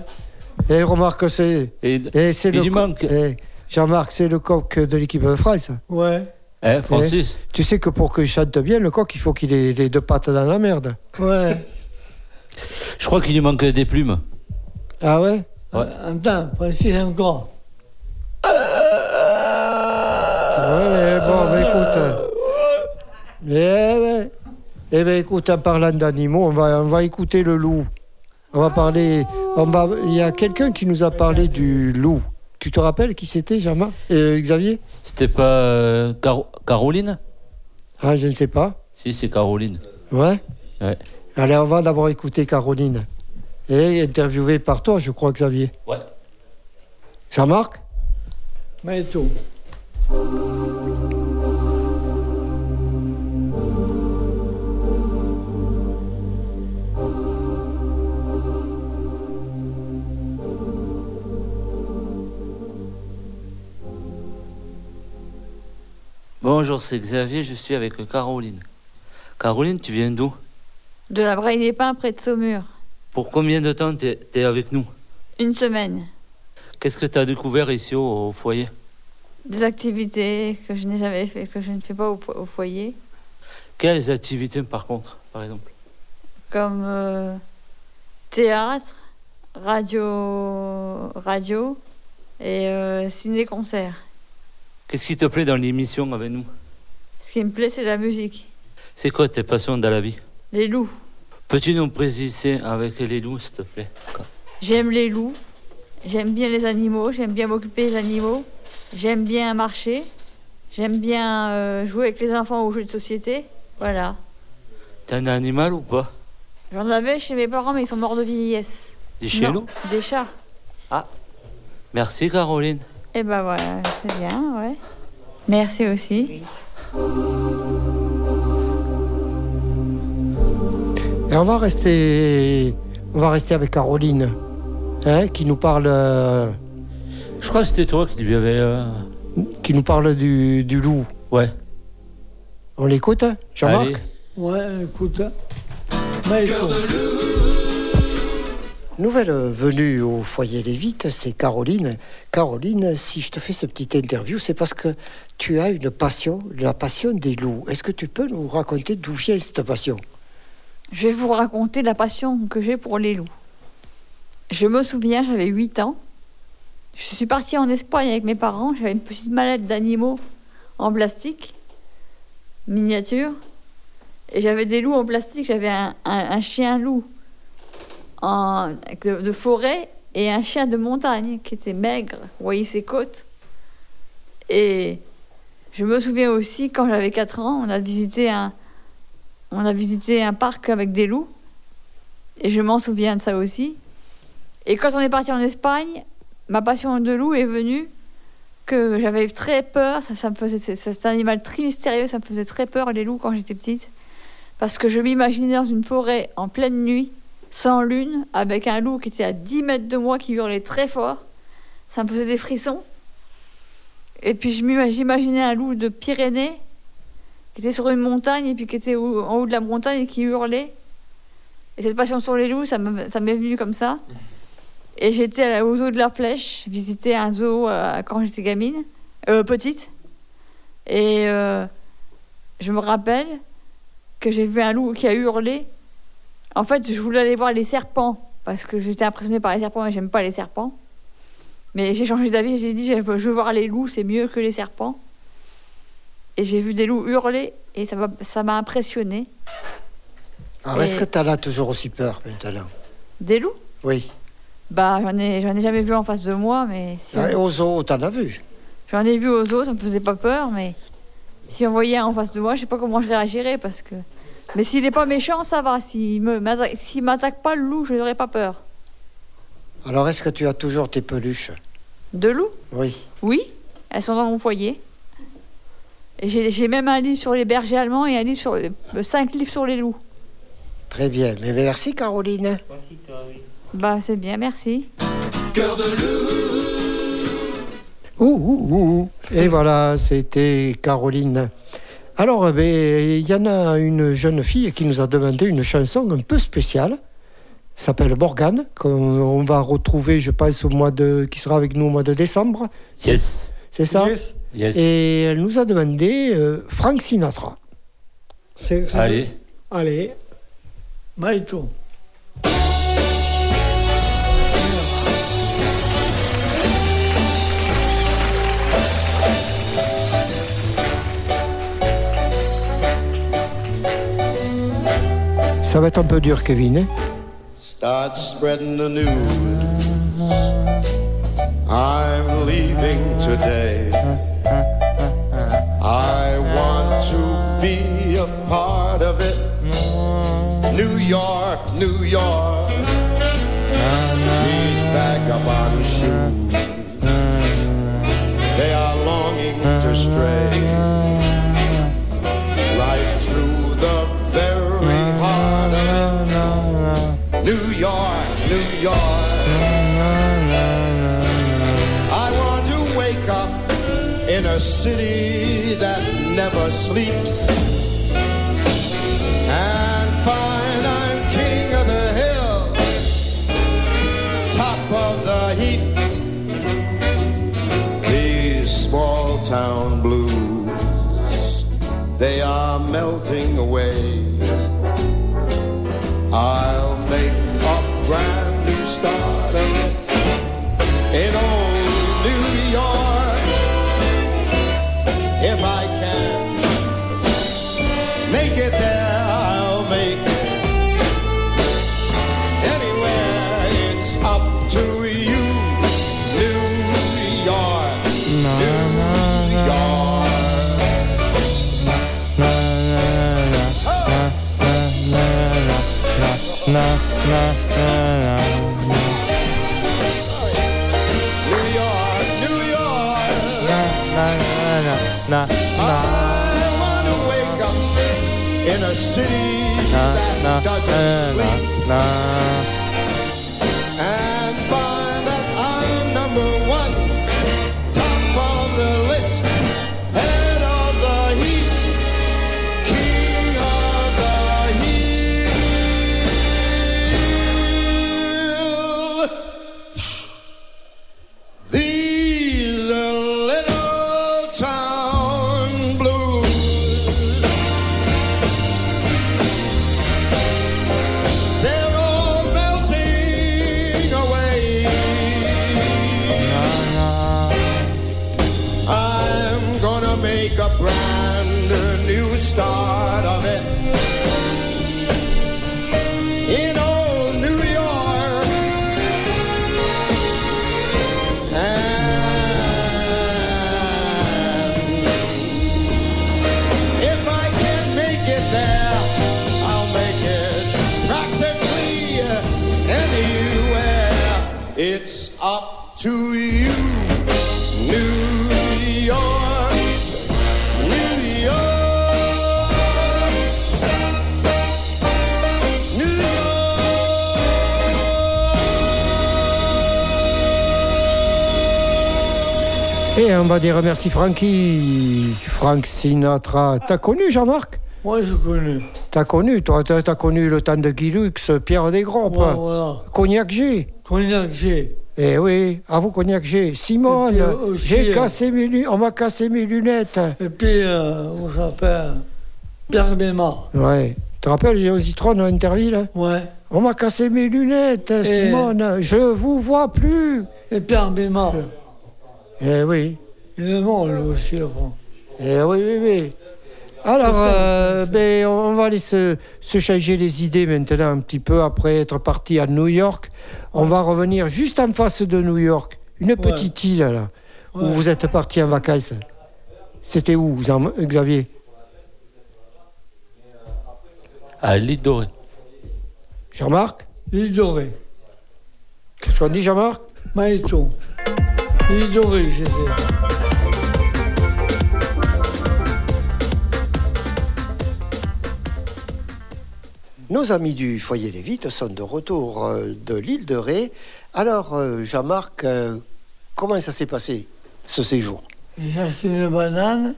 [SPEAKER 8] Et remarque, c'est.
[SPEAKER 6] Et,
[SPEAKER 8] et c'est
[SPEAKER 6] il
[SPEAKER 8] le
[SPEAKER 6] lui
[SPEAKER 8] co-
[SPEAKER 6] manque.
[SPEAKER 8] eh, Jean-Marc, c'est le coq de l'équipe de France.
[SPEAKER 10] Ouais.
[SPEAKER 6] Eh, Francis
[SPEAKER 8] Eh, tu sais que pour qu'il chante bien, le coq, il faut qu'il ait les deux pattes dans la merde.
[SPEAKER 3] Ouais.
[SPEAKER 6] Je crois qu'il lui manque des plumes.
[SPEAKER 8] Ah ouais Ah,
[SPEAKER 6] Ouais.
[SPEAKER 3] Attends, précise encore.
[SPEAKER 8] Ouais, bon, ben écoute. Eh ben, eh ben, écoute, en parlant d'animaux, on va, on va écouter le loup. On va parler. On va, il y a quelqu'un qui nous a parlé du loup. Tu te rappelles qui c'était, Germain Euh, Xavier
[SPEAKER 6] C'était pas euh, Caro- Caroline
[SPEAKER 8] Ah, je ne sais pas.
[SPEAKER 6] Si, c'est Caroline.
[SPEAKER 8] Ouais
[SPEAKER 6] Ouais.
[SPEAKER 8] Allez, on va d'abord écouter Caroline. Et interviewée par toi, je crois, Xavier.
[SPEAKER 6] Ouais.
[SPEAKER 8] Ça marque
[SPEAKER 3] Mais tout.
[SPEAKER 6] Bonjour, c'est Xavier, je suis avec Caroline. Caroline, tu viens d'où
[SPEAKER 16] De la Braille des Pins près de Saumur.
[SPEAKER 6] Pour combien de temps t'es t'es avec nous
[SPEAKER 16] Une semaine.
[SPEAKER 6] Qu'est-ce que t'as découvert ici au, au foyer
[SPEAKER 16] Des activités que je n'ai jamais fait, que je ne fais pas au, po- au foyer,
[SPEAKER 6] Quelles activités, par contre, par exemple
[SPEAKER 16] comme euh, théâtre, radio, radio et euh, ciné-concert.
[SPEAKER 6] Qu'est-ce qui te plaît dans l'émission avec nous
[SPEAKER 16] Ce qui me plaît, c'est la musique.
[SPEAKER 6] C'est quoi tes passions dans la vie
[SPEAKER 16] Les loups.
[SPEAKER 6] Peux-tu nous préciser avec les loups, s'il te plaît
[SPEAKER 16] J'aime les loups. J'aime bien les animaux. J'aime bien m'occuper des animaux. J'aime bien marcher. J'aime bien euh, jouer avec les enfants aux jeux de société. Voilà.
[SPEAKER 6] T'es un animal ou pas
[SPEAKER 16] J'en avais chez mes parents, mais ils sont morts de vieillesse.
[SPEAKER 6] Des chez
[SPEAKER 16] Non,
[SPEAKER 6] loups
[SPEAKER 16] Des chats.
[SPEAKER 6] Merci, Caroline.
[SPEAKER 16] Eh ben voilà, c'est bien, ouais. Merci aussi.
[SPEAKER 8] Et on va rester, on va rester avec Caroline, hein, qui nous parle, euh,
[SPEAKER 6] Je crois que c'était toi qui lui avais. euh,
[SPEAKER 8] qui nous parle du, du loup.
[SPEAKER 6] Ouais.
[SPEAKER 8] On l'écoute, hein,
[SPEAKER 6] Allez.
[SPEAKER 8] Jean-Marc
[SPEAKER 3] Ouais, écoute.
[SPEAKER 4] hein.
[SPEAKER 3] Mais tout.
[SPEAKER 8] Nouvelle venue au foyer Lévite, c'est Caroline. Caroline, si je te fais cette petite interview, c'est parce que tu as une passion, la passion des loups. Est-ce que tu peux nous raconter d'où vient cette passion
[SPEAKER 16] Je vais vous raconter la passion que j'ai pour les loups. Je me souviens, j'avais 8 ans. Je suis partie en Espagne avec mes parents. J'avais une petite mallette d'animaux en plastique, miniature. Et j'avais des loups en plastique. J'avais un, un- un chien loup en- de, de forêt et un chien de montagne qui était maigre. Vous voyez ses côtes. Et je me souviens aussi, quand j'avais 4 ans, on a visité un, on a visité un parc avec des loups. Et je m'en souviens de ça aussi. Et quand on est parti en Espagne, ma passion de loup est venue que j'avais très peur. Ça, ça me faisait, c'est, c'est un animal très mystérieux. Ça me faisait très peur, les loups, quand j'étais petite. Parce que je m'imaginais dans une forêt en pleine nuit, sans lune, avec un loup qui était à 10 mètres de moi, qui hurlait très fort. Ça me faisait des frissons. Et puis je m'ima- j'imaginais un loup de Pyrénées qui était sur une montagne et puis qui était au- en haut de la montagne et qui hurlait. Et cette passion sur les loups, ça me- ça m'est venu comme ça. Et j'étais à la- au zoo de la Flèche, visiter un zoo euh, quand j'étais gamine, euh, petite. Et euh, je me rappelle que j'ai vu un loup qui a hurlé. En fait, je voulais aller voir les serpents parce que j'étais impressionnée par les serpents et j'aime pas les serpents. Mais j'ai changé d'avis, j'ai dit je veux je veux voir les loups, c'est mieux que les serpents et j'ai vu des loups hurler et ça m'a- ça m'a impressionné.
[SPEAKER 8] Alors,
[SPEAKER 16] Et-
[SPEAKER 8] Est-ce que tu as toujours aussi peur maintenant
[SPEAKER 16] Des loups
[SPEAKER 8] Oui.
[SPEAKER 16] Bah j'en ai j'en ai jamais vu en face de moi mais si on-
[SPEAKER 8] Ah, et Au zoo, tu en as vu
[SPEAKER 16] j'en ai vu aux autres, ça me faisait pas peur mais si on voyait un en face de moi, je sais pas comment je réagirais parce que mais s'il est pas méchant, ça va, s'il me m'atta- s'il m'attaque pas le loup, je n'aurais pas peur.
[SPEAKER 8] Alors, est-ce que tu as toujours tes peluches
[SPEAKER 16] De loups
[SPEAKER 8] Oui.
[SPEAKER 16] Oui, elles sont dans mon foyer. Et j'ai j'ai même un livre sur les bergers allemands et un livre sur les- euh, cinq livres sur les loups.
[SPEAKER 8] Très bien. Mais merci, Caroline.
[SPEAKER 16] Bah c'est bien, merci.
[SPEAKER 8] Ouh, ouh, ouh, ouh. Et voilà, c'était Caroline. Alors, eh ben, il y en a une jeune fille qui nous a demandé une chanson un peu spéciale. S'appelle Morgane, qu'on on va retrouver, je pense, au mois de, qui sera avec nous au mois de décembre.
[SPEAKER 6] Yes.
[SPEAKER 8] C'est ça
[SPEAKER 6] Yes.
[SPEAKER 8] Et elle nous a demandé euh, Frank Sinatra.
[SPEAKER 6] Allez.
[SPEAKER 10] Allez.
[SPEAKER 4] Maïto.
[SPEAKER 8] Ça va être un peu dur, Kevin. hein.
[SPEAKER 17] Start spreading the news. I'm leaving today. I want to be a part of it. New York, New York. These vagabond shoes. They are longing to stray right through the very heart of it. New York, New York. I want to wake up in a city that never sleeps and find I'm king of the hill, top of the heap. These small town blues, they are melting away. I'll make a brand new start of it in old New York if I can make it there. I'll make it anywhere. It's up to you, New York, New I want to wake up in a city that doesn't sleep and find that I'm number one, top of the list, head of the heap, king of the hill. These are little town blues. They're all melting away. I'm gonna make a brand new start of it. In old New York. And if I can make it there, I'll make it practically anywhere. It's up to you, New York, New York, New
[SPEAKER 8] Et on va dire merci Francky. Frank Sinatra. T'as connu Jean-Marc
[SPEAKER 4] Moi, je connais.
[SPEAKER 8] T'as connu, toi, t'as t'as connu le temps de Guy Lux, Pierre Desgrands,
[SPEAKER 4] Moi, voilà.
[SPEAKER 8] Cognac G.
[SPEAKER 4] Cognac G.
[SPEAKER 8] Eh oui, à vous Cognac G.
[SPEAKER 4] Et
[SPEAKER 8] Simone,
[SPEAKER 4] puis, euh, aussi,
[SPEAKER 8] j'ai
[SPEAKER 4] euh,
[SPEAKER 8] cassé mes lunettes, on m'a cassé mes lunettes.
[SPEAKER 4] Et puis, euh, on s'appelle Pierre Bémard.
[SPEAKER 8] Ouais. Eh, Tu te rappelles, j'ai au Citron à Interville hein
[SPEAKER 4] Ouais.
[SPEAKER 8] On m'a cassé mes lunettes, Simone, je vous vois plus.
[SPEAKER 4] Et Pierre Bémard.
[SPEAKER 8] Eh oui.
[SPEAKER 4] Il est mort, lui aussi, le fond.
[SPEAKER 8] Eh oui, oui, oui. Alors, euh, ben, on va aller se, se changer les idées maintenant un petit peu après être parti à New York. On va revenir juste en face de New York, une petite île là, où
[SPEAKER 4] Ouais.
[SPEAKER 8] vous êtes parti en vacances. C'était où, Jean- Xavier
[SPEAKER 6] À l'île dorée.
[SPEAKER 8] Jean-Marc
[SPEAKER 10] L'île dorée.
[SPEAKER 8] Qu'est-ce qu'on dit, Jean-Marc
[SPEAKER 10] Maïto. L'île dorée, je sais.
[SPEAKER 8] Nos amis du foyer Lévite sont de retour euh, de l'île de Ré. Alors, euh, Jean-Marc, euh, comment ça s'est passé, ce séjour
[SPEAKER 4] J'ai acheté une banane.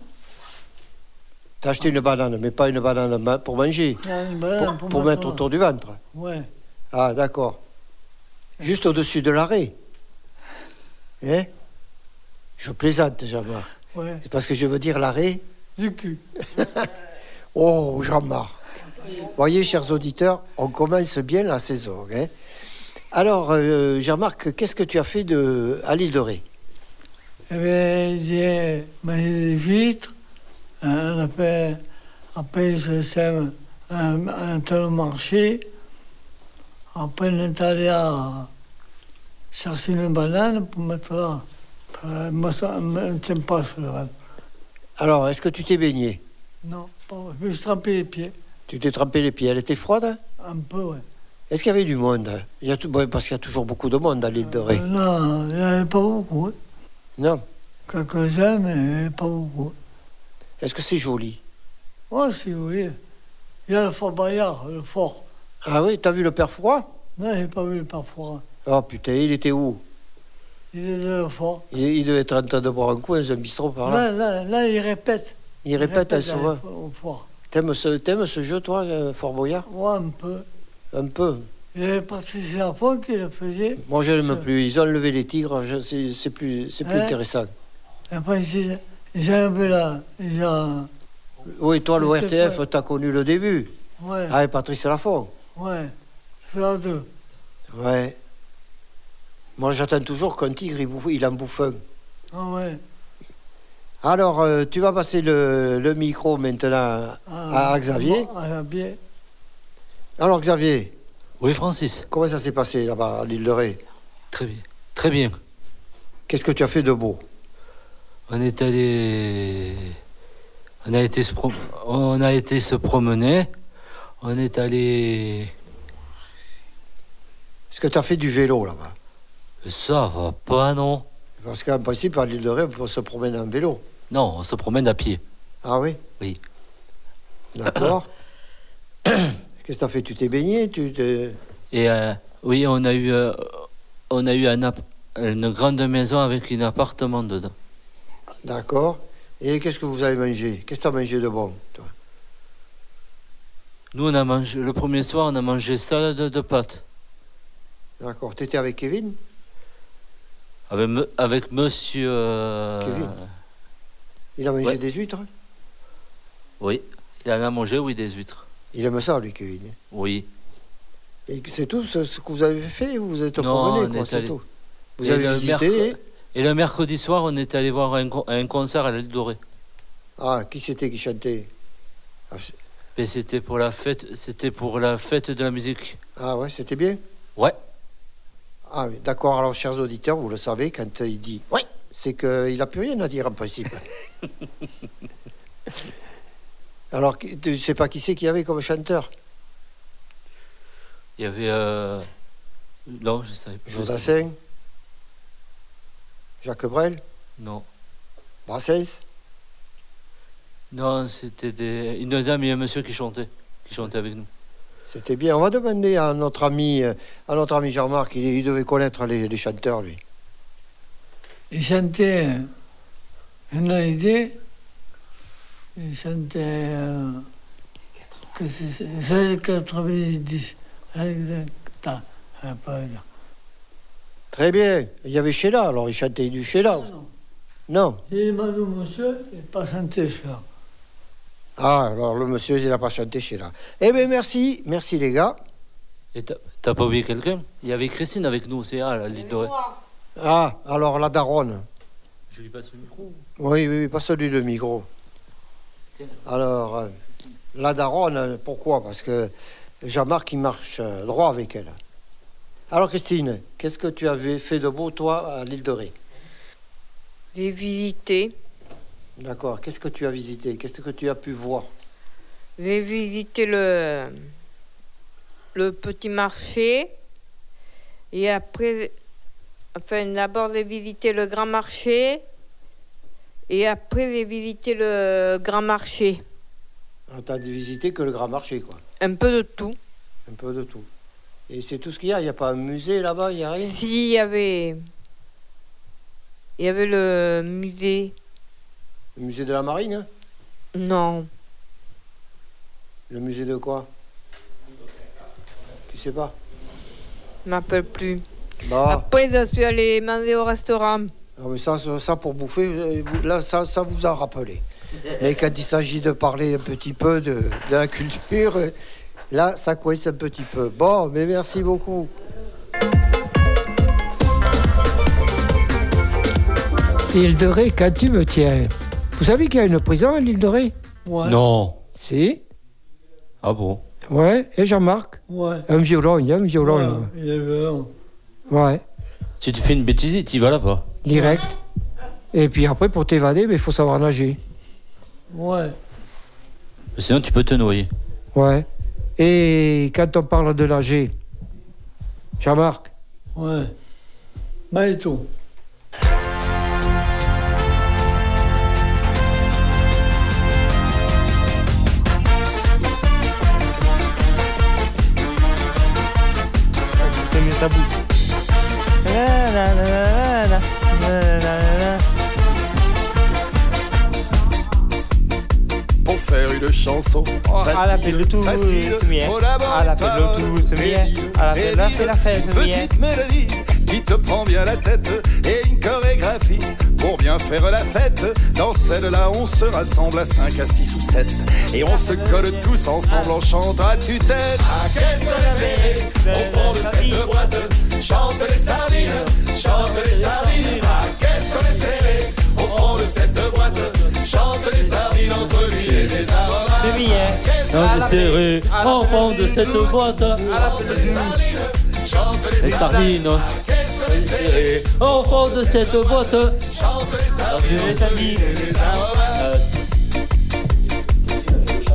[SPEAKER 8] T'as acheté une banane, mais pas une banane ma- pour manger,
[SPEAKER 4] Une
[SPEAKER 8] pour,
[SPEAKER 4] banane pour,
[SPEAKER 8] pour
[SPEAKER 4] ma
[SPEAKER 8] mettre
[SPEAKER 4] soeur.
[SPEAKER 8] autour du ventre.
[SPEAKER 4] Ouais.
[SPEAKER 8] Ah, d'accord. Juste au-dessus de l'arrêt. Hein Je plaisante, Jean-Marc.
[SPEAKER 3] Ouais.
[SPEAKER 8] C'est parce que je veux dire l'arrêt.
[SPEAKER 3] Du cul.
[SPEAKER 8] oh, j'en marre. Voyez, chers auditeurs, on commence bien la saison. hein. Alors, euh, Jean-Marc, qu'est-ce que tu as fait de, à l'île de Ré
[SPEAKER 4] Eh bien, j'ai mangé des huîtres. hein, on a fait- après, je sème un, un tel marché. Après, on est allé à chercher une banane pour mettre là. Euh, Moi, ça ne me tient pas sur le rêve.
[SPEAKER 8] Alors, est-ce que tu t'es baigné
[SPEAKER 4] Non, bon, je me suis trempé les pieds.
[SPEAKER 8] Tu t'es trempé les pieds. Elle était froide hein?
[SPEAKER 4] Un peu, ouais.
[SPEAKER 8] Est-ce qu'il y avait du monde Il y a tout- bon, Parce qu'il y a toujours beaucoup de monde à l'île de Ré.
[SPEAKER 4] Euh, non, il n'y en avait pas beaucoup. hein.
[SPEAKER 8] Non.
[SPEAKER 4] Quelques-uns, mais il n'y en avait pas beaucoup.
[SPEAKER 8] Est-ce que c'est joli
[SPEAKER 4] Oh, si vous voulez. Il y a le Fort Bayard, le fort.
[SPEAKER 8] Ah oui, t'as vu le père froid
[SPEAKER 4] Non, j'ai pas vu le parfois.
[SPEAKER 8] Oh putain, il était où
[SPEAKER 4] Il est dans le fort.
[SPEAKER 8] il, il devait être en train de boire un coup dans un bistrot par là.
[SPEAKER 4] Là, là, là, il répète.
[SPEAKER 8] il répète à
[SPEAKER 4] dans
[SPEAKER 8] souvent.
[SPEAKER 4] le fo- Au fort.
[SPEAKER 8] T'aimes ce, t'aimes ce jeu, toi, euh, Fort Boyard
[SPEAKER 4] Moi, un peu.
[SPEAKER 8] Un peu.
[SPEAKER 4] J'avais participé à fond qu'il le faisait.
[SPEAKER 8] Moi, je
[SPEAKER 4] Ça.
[SPEAKER 8] n'aime plus. Ils ont levé les tigres. je- c'est, c'est plus, c'est plus
[SPEAKER 4] Hein
[SPEAKER 8] intéressant.
[SPEAKER 4] Après, j'ai j'ai un peu la. j'ai un-
[SPEAKER 8] Oui, toi,
[SPEAKER 4] Je
[SPEAKER 8] le
[SPEAKER 4] sais
[SPEAKER 8] RTF,
[SPEAKER 4] pas.
[SPEAKER 8] t'as connu le début.
[SPEAKER 4] Ouais,
[SPEAKER 8] Ah, et Patrice Lafont.
[SPEAKER 4] ouais. Je fais la deux.
[SPEAKER 8] Ouais. Moi, j'attends toujours qu'un tigre, il, bouffe- il en bouffe un.
[SPEAKER 4] Ah ouais.
[SPEAKER 8] Alors, euh, tu vas passer le, le micro maintenant à, à Xavier.
[SPEAKER 4] Ah, À Xavier.
[SPEAKER 8] Alors, Xavier.
[SPEAKER 6] Oui, Francis.
[SPEAKER 8] Comment ça s'est passé là-bas, à l'île de Ré
[SPEAKER 6] Très bien. Très bien.
[SPEAKER 8] Qu'est-ce que tu as fait de beau
[SPEAKER 6] On est allé. On a été se, prom- on a été se promener. On est allé.
[SPEAKER 8] Est-ce que tu as fait du vélo là-bas
[SPEAKER 6] Ça va pas, non
[SPEAKER 8] Parce qu'en principe, à l'île de Ré, on peut se promener en vélo.
[SPEAKER 6] Non, on se promène à pied.
[SPEAKER 8] Ah oui
[SPEAKER 6] Oui.
[SPEAKER 8] D'accord. Qu'est-ce que tu as fait Tu t'es baigné tu t'es-
[SPEAKER 6] Et euh, oui, on a eu, euh, on a eu un app- une grande maison avec un appartement dedans.
[SPEAKER 8] D'accord. Et qu'est-ce que vous avez mangé Qu'est-ce que tu as mangé de bon
[SPEAKER 6] Nous, on a mangé, le premier soir, on a mangé salade de pâtes
[SPEAKER 8] D'accord. Tu étais avec Kevin
[SPEAKER 6] avec, me- avec monsieur. euh,
[SPEAKER 8] Kevin. Il a mangé
[SPEAKER 6] Ouais.
[SPEAKER 8] des huîtres
[SPEAKER 6] Oui, il en a mangé, oui, des huîtres.
[SPEAKER 8] Il aime ça, lui, Kevin.
[SPEAKER 6] Oui.
[SPEAKER 8] Et c'est tout ce, ce que vous avez fait Vous vous êtes
[SPEAKER 6] Non,
[SPEAKER 8] promené,
[SPEAKER 6] on
[SPEAKER 8] quoi,
[SPEAKER 6] est
[SPEAKER 8] c'est
[SPEAKER 6] allé-
[SPEAKER 8] tout. Vous
[SPEAKER 6] Et
[SPEAKER 8] avez
[SPEAKER 6] le
[SPEAKER 8] visité
[SPEAKER 6] mercre- Et le mercredi soir, on est allé voir un, con- un concert à l'Aile Dorée.
[SPEAKER 8] Ah, qui c'était qui chantait Ah, c'est-
[SPEAKER 6] Mais Ben, c'était pour la fête, c'était pour la fête de la musique.
[SPEAKER 8] Ah ouais, c'était bien
[SPEAKER 6] Ouais.
[SPEAKER 8] Ah oui, d'accord. Alors, chers auditeurs, vous le savez, quand il dit oui, c'est qu'il n'a plus rien à dire en principe. Alors, qui- tu sais pas qui c'est qu'il y avait comme chanteur
[SPEAKER 6] Il y avait. euh, Non, je savais pas. je savais
[SPEAKER 8] Jodassin Jacques Brel
[SPEAKER 6] pas. Non.
[SPEAKER 8] Brassens
[SPEAKER 6] Non, c'était des... une dame et un monsieur qui chantaient, qui chantaient avec nous.
[SPEAKER 8] C'était bien. On va demander à notre ami, euh, à notre ami Jean-Marc, il, il devait connaître les, les chanteurs, lui.
[SPEAKER 4] Il chantait. euh, Une idée. Il chantait. euh, que c'est- c'est- c'est 90. Exact. Attends, je vais pas dire.
[SPEAKER 8] Très bien. Il y avait Sheila, alors il chantait du Sheila. Non.
[SPEAKER 4] Il m'a dit, monsieur, il n'a pas chanté ça.
[SPEAKER 8] Ah, alors le monsieur, il n'a pas chanté Sheila. Eh bien, merci. Merci, les gars.
[SPEAKER 6] Et t'as- t'as pas oublié quelqu'un Il y avait Christine avec nous aussi, à la liste dorée.
[SPEAKER 8] Ah, alors la daronne.
[SPEAKER 6] Je lui passe le micro.
[SPEAKER 8] Oui, oui, oui, pas celui le micro. Alors, euh, la daronne, euh, pourquoi Parce que Jean-Marc, il marche euh, droit avec elle. Alors, Christine, qu'est-ce que tu avais fait de beau, toi, à l'île de Ré
[SPEAKER 2] J'ai visité,
[SPEAKER 8] D'accord. Qu'est-ce que tu as visité Qu'est-ce que tu as pu voir
[SPEAKER 2] j'ai visité le, le petit marché et après, enfin d'abord j'ai visité le grand marché et après j'ai visité le grand marché.
[SPEAKER 8] Tu as visité que le grand marché, quoi.
[SPEAKER 2] Un peu de tout.
[SPEAKER 8] Un peu de tout. Et c'est tout ce qu'il y a Il n'y a pas un musée là-bas Il n'y a rien
[SPEAKER 2] Si, il y avait, il y avait le musée,
[SPEAKER 8] Le musée de la marine hein
[SPEAKER 2] non,
[SPEAKER 8] Le musée de quoi Tu sais pas
[SPEAKER 2] je m'appelle plus.
[SPEAKER 8] Bah,
[SPEAKER 2] Après, je suis allée manger au restaurant.
[SPEAKER 8] Ah oui, ça, ça, ça, pour bouffer, euh, vous- là, ça, ça vous a rappelé. Mais quand il s'agit de parler un petit peu de, de la culture, euh, là, ça coince un petit peu. Bon, mais merci beaucoup. L'île de Ré, quand tu me tiens. Vous savez qu'il y a une prison à l'île de Ré
[SPEAKER 6] Non.
[SPEAKER 8] Si.
[SPEAKER 6] Ah bon
[SPEAKER 8] Ouais, et Jean-Marc
[SPEAKER 4] Ouais.
[SPEAKER 8] Un violon, il y a un violon.
[SPEAKER 4] Il y avait un-
[SPEAKER 8] Ouais,
[SPEAKER 6] Si tu fais une bêtise, tu vas là-bas.
[SPEAKER 8] direct. Et puis après, pour t'évader, mais il faut savoir nager.
[SPEAKER 4] Ouais.
[SPEAKER 6] Sinon, tu peux te noyer.
[SPEAKER 8] Ouais. Et quand on parle de nager, Jean-Marc
[SPEAKER 4] Ouais. Maïto.
[SPEAKER 13] La la la la la la la la.
[SPEAKER 18] pour faire une chanson.
[SPEAKER 14] Ah, à la pelle tout,
[SPEAKER 18] facile,
[SPEAKER 14] c'est bien.
[SPEAKER 18] faut d'abord
[SPEAKER 14] À la pelle
[SPEAKER 18] faire
[SPEAKER 14] tout, c'est
[SPEAKER 18] une
[SPEAKER 14] bien.
[SPEAKER 18] mélodie,
[SPEAKER 14] À la pelle, la fête, la fête, c'est bien.
[SPEAKER 18] Petite mélodie qui te prend bien la tête et une chorégraphie pour bien faire la fête. Dans celle-là, on se rassemble à 5, à 6 ou 7 et on se colle tous ensemble en chantant à tue-tête. Ah, qu'est-ce que c'est au fond de cette boîte Chante les sardines, chante les sardines. Ah, qu'est-ce qu'on est serré au fond de cette boîte Chante les sardines entre lui et des aromates.
[SPEAKER 5] Le billet.
[SPEAKER 18] À
[SPEAKER 6] Non,
[SPEAKER 18] la
[SPEAKER 6] serré, enfant de cette boîte.
[SPEAKER 18] Chante les
[SPEAKER 6] Les sardines.
[SPEAKER 18] serré,
[SPEAKER 6] Enfant de cette boîte.
[SPEAKER 18] chante les sardines entre lui et des aromates.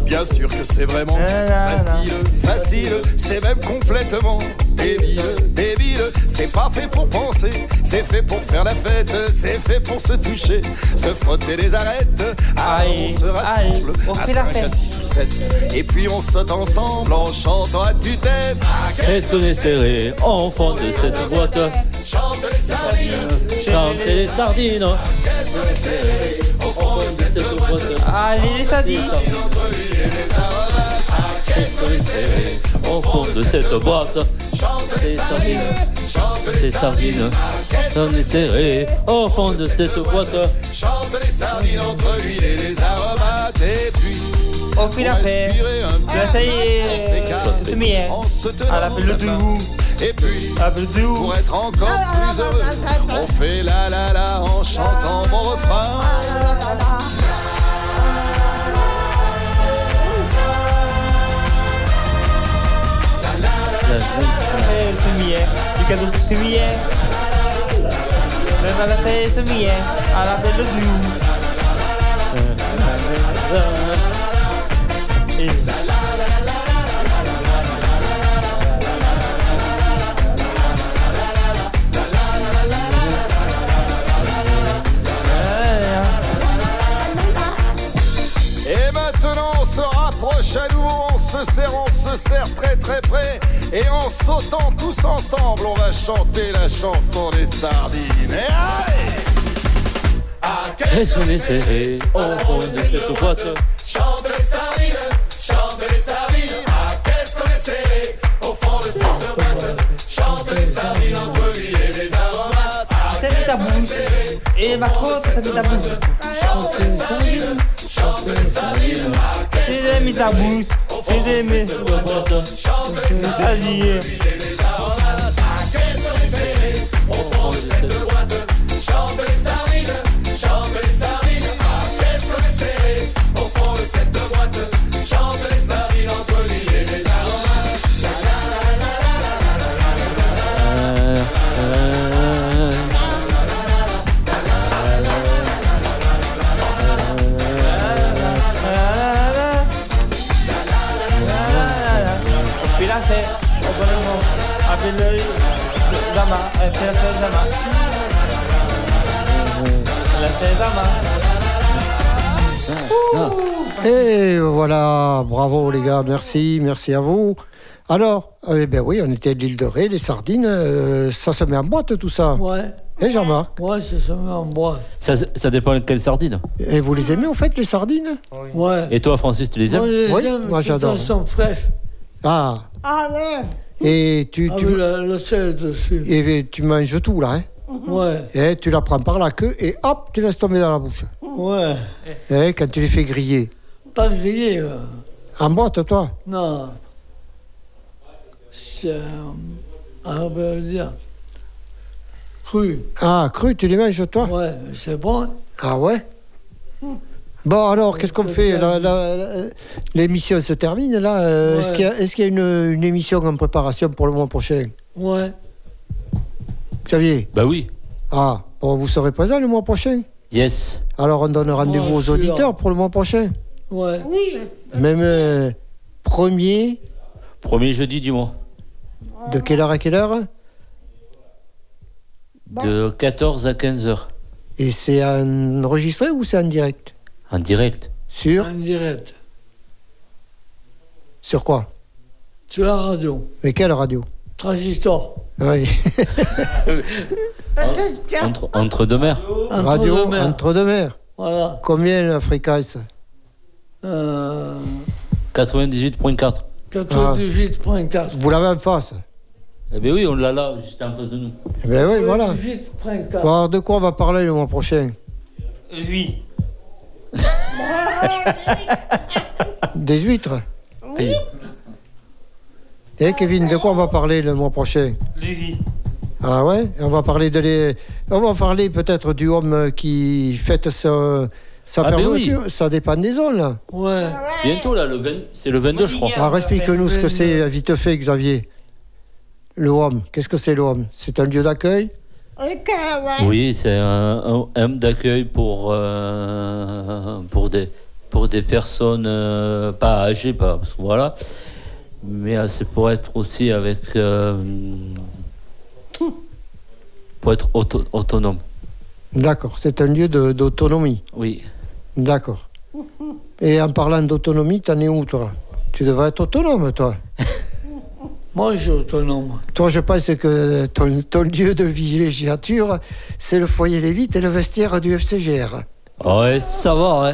[SPEAKER 18] Bien sûr que c'est vraiment facile, facile, c'est même complètement débile, débile. C'est pas fait pour penser, c'est fait pour faire la fête, c'est fait pour se toucher, se frotter les arêtes. Alors on se rassemble à 5, à 6 ou 7, et puis on saute ensemble en chantant à tue-tête. Ah,
[SPEAKER 6] Qu'est-ce qu'on est serré, enfant de cette boîte.
[SPEAKER 18] Chante les sardines,
[SPEAKER 6] Chante les sardines.
[SPEAKER 18] qu'est-ce qu'on est serré au fond de cette boîte.
[SPEAKER 14] Allez, les sardines.
[SPEAKER 6] Qu'est-ce qu'on est serré, enfant de cette boîte.
[SPEAKER 18] Chante les sardines, chante
[SPEAKER 6] Les sardines. On est serré, enfant de cette boîte.
[SPEAKER 18] Chante les sardines entre l'huile et les aromates et puis
[SPEAKER 14] Au fil à faire. Ah, La
[SPEAKER 18] on
[SPEAKER 14] taille
[SPEAKER 18] s'écarte,
[SPEAKER 14] est mienne.
[SPEAKER 18] on se tenant
[SPEAKER 14] À hein. Ah, la pelle
[SPEAKER 18] la
[SPEAKER 14] de Ah,
[SPEAKER 18] main.
[SPEAKER 14] vous.
[SPEAKER 18] Et puis pour être encore
[SPEAKER 14] Ah,
[SPEAKER 18] plus heureux, on fait la la la en chantant mon refrain.
[SPEAKER 14] C'est mienne. Du cadeau pour c'est mienne. Même à la taille c'est mienne. À la pelle de vous. Et-
[SPEAKER 18] Et maintenant on se rapproche à nous, on se serre, on se serre très très près. Et en sautant tous ensemble, on va chanter la chanson des sardines. Et allez
[SPEAKER 6] Qu'est-ce qu'on est serré, enfant de cette boîte.
[SPEAKER 18] Chante les sardines, chante les sardines. Ah, qu'est-ce qu'on est serré au fond de cette boîte. Chante les sardines entre lui et les aromates. Ah,
[SPEAKER 14] T'as mis ta bouche. Et ma crotte, t'as mis ta bouche.
[SPEAKER 18] chante les sardines, chante les sardines. Ah, qu'est-ce
[SPEAKER 14] J'ai mis ta bouche. J'ai mis.
[SPEAKER 18] Chante les sardines entre lui et les aromates. Ah, qu'est-ce qu'on est serré au fond de cette boîte. Chante les sardines, chante les sardines. Ah, qu'est-ce qu'on est serré au fond de cette boîte. Chante les sardines entre lui et les aromates.
[SPEAKER 14] Au fil à faire. Au bon moment. Appelle-le. Zama. Elle fait la fête Zama. La fête Zama.
[SPEAKER 8] Ah. Et voilà, bravo les gars, merci, merci à vous. Alors, euh, eh ben oui, on était à l'île de Ré, les sardines, euh, ça se met en boîte tout ça.
[SPEAKER 4] Ouais.
[SPEAKER 8] Et Jean-Marc
[SPEAKER 4] Ouais, ça se met en bois.
[SPEAKER 6] Ça, ça dépend de quelle sardine.
[SPEAKER 8] Et vous les aimez au fait, les sardines
[SPEAKER 4] Ouais.
[SPEAKER 6] Et toi, Francis, tu les aimes
[SPEAKER 4] Moi, les
[SPEAKER 8] Oui,
[SPEAKER 4] aime,
[SPEAKER 8] moi,
[SPEAKER 4] toutes elles
[SPEAKER 8] j'adore.
[SPEAKER 4] sont fraîches.
[SPEAKER 8] Ah,
[SPEAKER 14] Ah ouais.
[SPEAKER 8] et tu,
[SPEAKER 4] Ah
[SPEAKER 8] tu,
[SPEAKER 4] oui, le, le sel dessus.
[SPEAKER 8] et tu manges tout là, hein
[SPEAKER 4] Mhm.
[SPEAKER 3] Ouais.
[SPEAKER 8] Et tu la prends par la queue et hop, tu laisses tomber dans la bouche.
[SPEAKER 3] Ouais.
[SPEAKER 8] Et quand tu les fais griller.
[SPEAKER 4] Eh, Pas grillé, là.
[SPEAKER 8] En boîte, toi
[SPEAKER 4] non. C'est. euh, ah, ben, dire. Cru.
[SPEAKER 8] Ah, cru, tu les manges, toi
[SPEAKER 4] Ouais, c'est bon. hein. Hmm.
[SPEAKER 8] Ah ouais Bon, alors, qu'est-ce qu'on fait La- la- la- L'émission se termine, là. Euh, Est-ce
[SPEAKER 4] Ouais.
[SPEAKER 8] qu'il y a, est-ce qu'il y a une, une émission en préparation pour le mois prochain
[SPEAKER 4] Ouais.
[SPEAKER 8] Xavier
[SPEAKER 6] Bah oui.
[SPEAKER 8] Ah, bon, vous serez présent le mois prochain
[SPEAKER 6] Yes.
[SPEAKER 8] Alors, on donne rendez-vous
[SPEAKER 4] Ouais,
[SPEAKER 8] aux
[SPEAKER 4] sûr.
[SPEAKER 8] auditeurs pour le mois prochain.
[SPEAKER 4] Ouais.
[SPEAKER 9] Oui.
[SPEAKER 8] Même euh, premier,
[SPEAKER 6] Premier jeudi du mois.
[SPEAKER 8] de quelle heure à quelle heure
[SPEAKER 6] De 14 à 15 heures.
[SPEAKER 8] Et c'est en- enregistré ou c'est en direct
[SPEAKER 6] En direct.
[SPEAKER 8] Sur
[SPEAKER 4] En direct.
[SPEAKER 8] Sur quoi
[SPEAKER 4] Sur la radio.
[SPEAKER 8] Mais quelle radio
[SPEAKER 4] Transistor.
[SPEAKER 8] Oui.
[SPEAKER 6] Entre, entre deux mers.
[SPEAKER 4] Entre
[SPEAKER 8] radio
[SPEAKER 4] deux mers.
[SPEAKER 8] entre deux mers.
[SPEAKER 4] Voilà.
[SPEAKER 8] Combien la fréquence Ah.
[SPEAKER 4] Euh,
[SPEAKER 6] 98.4.
[SPEAKER 4] 98.4.
[SPEAKER 8] Vous l'avez en face
[SPEAKER 6] Eh bien oui, on l'a là, juste en face de nous.
[SPEAKER 8] Eh bien oui, voilà.
[SPEAKER 4] 98.4.
[SPEAKER 8] Bon, alors de quoi on va parler le mois prochain
[SPEAKER 14] Oui.
[SPEAKER 8] Des huîtres
[SPEAKER 6] Oui.
[SPEAKER 8] Eh Kevin, de quoi on va parler le mois prochain
[SPEAKER 14] Lévi.
[SPEAKER 8] Ah ouais On va parler de les... On va parler peut-être du homme qui fête sa, sa
[SPEAKER 6] Ah ben
[SPEAKER 8] fermeture. Ça dépend des zones, là.
[SPEAKER 4] Ouais.
[SPEAKER 6] Bientôt là, le 20 c'est le 22 je crois.
[SPEAKER 8] Alors Bah, explique-nous ce que c'est, vite fait, Xavier. Le homme, qu'est-ce que c'est le homme C'est un lieu d'accueil
[SPEAKER 9] Ok, ouais.
[SPEAKER 6] Oui, c'est un, un- un homme d'accueil pour, euh, pour, des, pour des personnes euh, pas âgées, pas, parce que voilà. Mais euh, c'est pour être aussi avec. euh, pour être auto- autonome.
[SPEAKER 8] D'accord, c'est un lieu de- d'autonomie.
[SPEAKER 6] Oui.
[SPEAKER 8] D'accord. Et en parlant d'autonomie, t'en es où, toi Tu devrais être autonome, toi.
[SPEAKER 4] Moi, je suis autonome.
[SPEAKER 8] Toi, je pense que ton, ton lieu de villégiature, c'est le foyer Lévite et le vestiaire du FCGR.
[SPEAKER 6] Ah Ouais, ça va, ouais.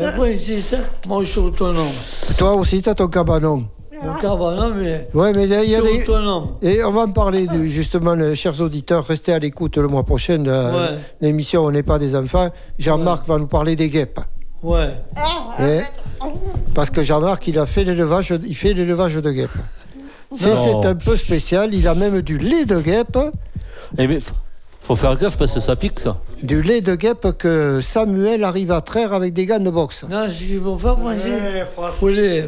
[SPEAKER 4] Et moi, c'est ça. Moi, je suis autonome.
[SPEAKER 8] Toi aussi, t'as ton cabanon.
[SPEAKER 4] Le cabanon, mais.
[SPEAKER 8] Ouais, mais il y a- il y a
[SPEAKER 4] Je suis
[SPEAKER 8] des...
[SPEAKER 4] autonome.
[SPEAKER 8] Et on va en parler, de- justement, euh, chers auditeurs, restez à l'écoute le mois prochain de la-
[SPEAKER 4] Ouais.
[SPEAKER 8] l'émission On n'est pas des enfants. Jean-Marc va nous parler des guêpes.
[SPEAKER 4] Ouais.
[SPEAKER 6] Ah,
[SPEAKER 8] Eh, parce que Jean-Marc, il a fait l'élevage, il fait l'élevage de guêpes. C'est
[SPEAKER 6] Non.
[SPEAKER 8] c'est un peu spécial. Il a même du lait de guêpe,
[SPEAKER 6] Eh mais f- faut faire gaffe parce que ça pique ça.
[SPEAKER 8] du lait de guêpe que Samuel arrive à traire avec des gants de boxe.
[SPEAKER 4] Non, ce qu'ils vont faire, moi, c'est. Poulet.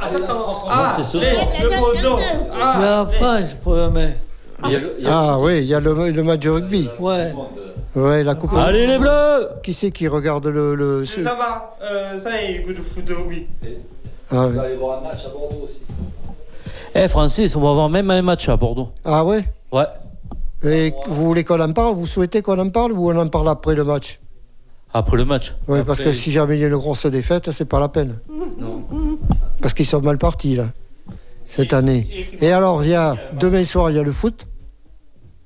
[SPEAKER 14] Ah, le condom.
[SPEAKER 6] Ah,
[SPEAKER 4] La France, pour le mec.
[SPEAKER 8] Ah oui, il y a le, le match de rugby.
[SPEAKER 4] Ouais.
[SPEAKER 8] Ouais, la coupe.
[SPEAKER 6] Allez, les Bleus
[SPEAKER 8] Qui c'est qui regarde le, le- ce-
[SPEAKER 14] Ça va, euh, ça y est, goût de foot de rugby.
[SPEAKER 8] Ah, oui.
[SPEAKER 19] aller voir un match à Bordeaux aussi.
[SPEAKER 6] Eh Francis, on va avoir même un match à Bordeaux.
[SPEAKER 8] Ah ouais.
[SPEAKER 6] Ouais.
[SPEAKER 8] Et vous voulez qu'on en parle Vous souhaitez qu'on en parle ou on en parle après le match
[SPEAKER 6] Après le match.
[SPEAKER 8] Oui, parce
[SPEAKER 6] Après-
[SPEAKER 8] que si jamais il y a une grosse défaite, c'est pas la peine. Parce qu'ils sont mal partis, là, cette année. Et alors, il y a, demain soir, il y a le foot.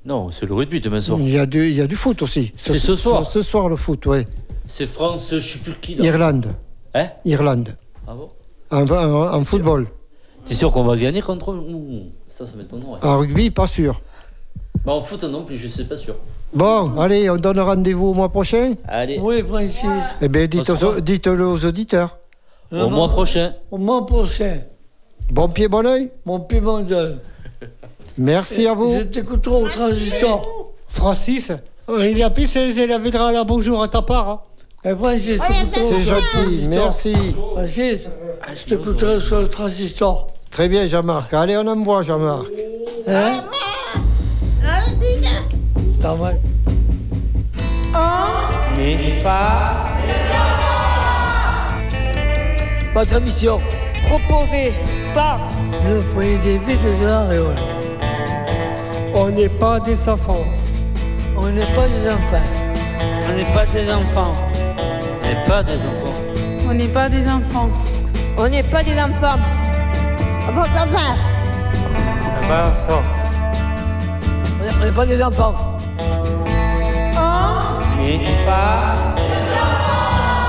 [SPEAKER 6] Non, c'est le rugby demain soir.
[SPEAKER 8] Il y a du, il y a du foot aussi.
[SPEAKER 6] C'est ce soir.
[SPEAKER 8] Ce soir, le foot, oui.
[SPEAKER 6] C'est France, je sais plus qui. là.
[SPEAKER 8] Irlande.
[SPEAKER 6] Hein
[SPEAKER 8] Irlande.
[SPEAKER 6] Ah bon
[SPEAKER 8] En, en- en football.
[SPEAKER 6] T'es sûr qu'on va gagner contre nous Ça, ça m'étonnerait.
[SPEAKER 8] En Ah, rugby, pas sûr.
[SPEAKER 6] Bah en foot non plus, je sais pas sûr.
[SPEAKER 8] Bon, allez, on donne rendez-vous au mois prochain.
[SPEAKER 6] Allez,
[SPEAKER 4] Oui, Francis.
[SPEAKER 8] Eh bien, dites
[SPEAKER 6] On se
[SPEAKER 8] aux- dites-le aux auditeurs.
[SPEAKER 6] au mois prochain.
[SPEAKER 4] Au mois prochain.
[SPEAKER 8] Bon pied, bon oeil.
[SPEAKER 4] Mon piment de.
[SPEAKER 8] Merci à vous.
[SPEAKER 4] Je t'écouterai au transistor.
[SPEAKER 10] Francis, euh, il a pris ses élèves à la bonjour à ta part. hein.
[SPEAKER 4] Et Francis, je t'écouterai au
[SPEAKER 8] C'est gentil,
[SPEAKER 4] transistor.
[SPEAKER 8] merci.
[SPEAKER 4] Francis, je t'écouterai sur le transistor.
[SPEAKER 8] Très bien, Jean-Marc. Allez, on envoie, Jean-Marc.
[SPEAKER 4] Hein T'as mal.
[SPEAKER 14] N'est pas.
[SPEAKER 1] Votre émission.
[SPEAKER 2] Proposé par
[SPEAKER 4] Le foyer des vides de la Réole.
[SPEAKER 10] On n'est pas des enfants.
[SPEAKER 4] On n'est pas des enfants.
[SPEAKER 5] On n'est pas des enfants.
[SPEAKER 6] On n'est pas des enfants.
[SPEAKER 2] On n'est pas des enfants. On n'est pas des enfants.
[SPEAKER 9] Ah Bon, ça va.
[SPEAKER 4] Ah bah,
[SPEAKER 14] Vincent.
[SPEAKER 4] On n'est- on n'est pas des enfants.
[SPEAKER 14] N'est pas.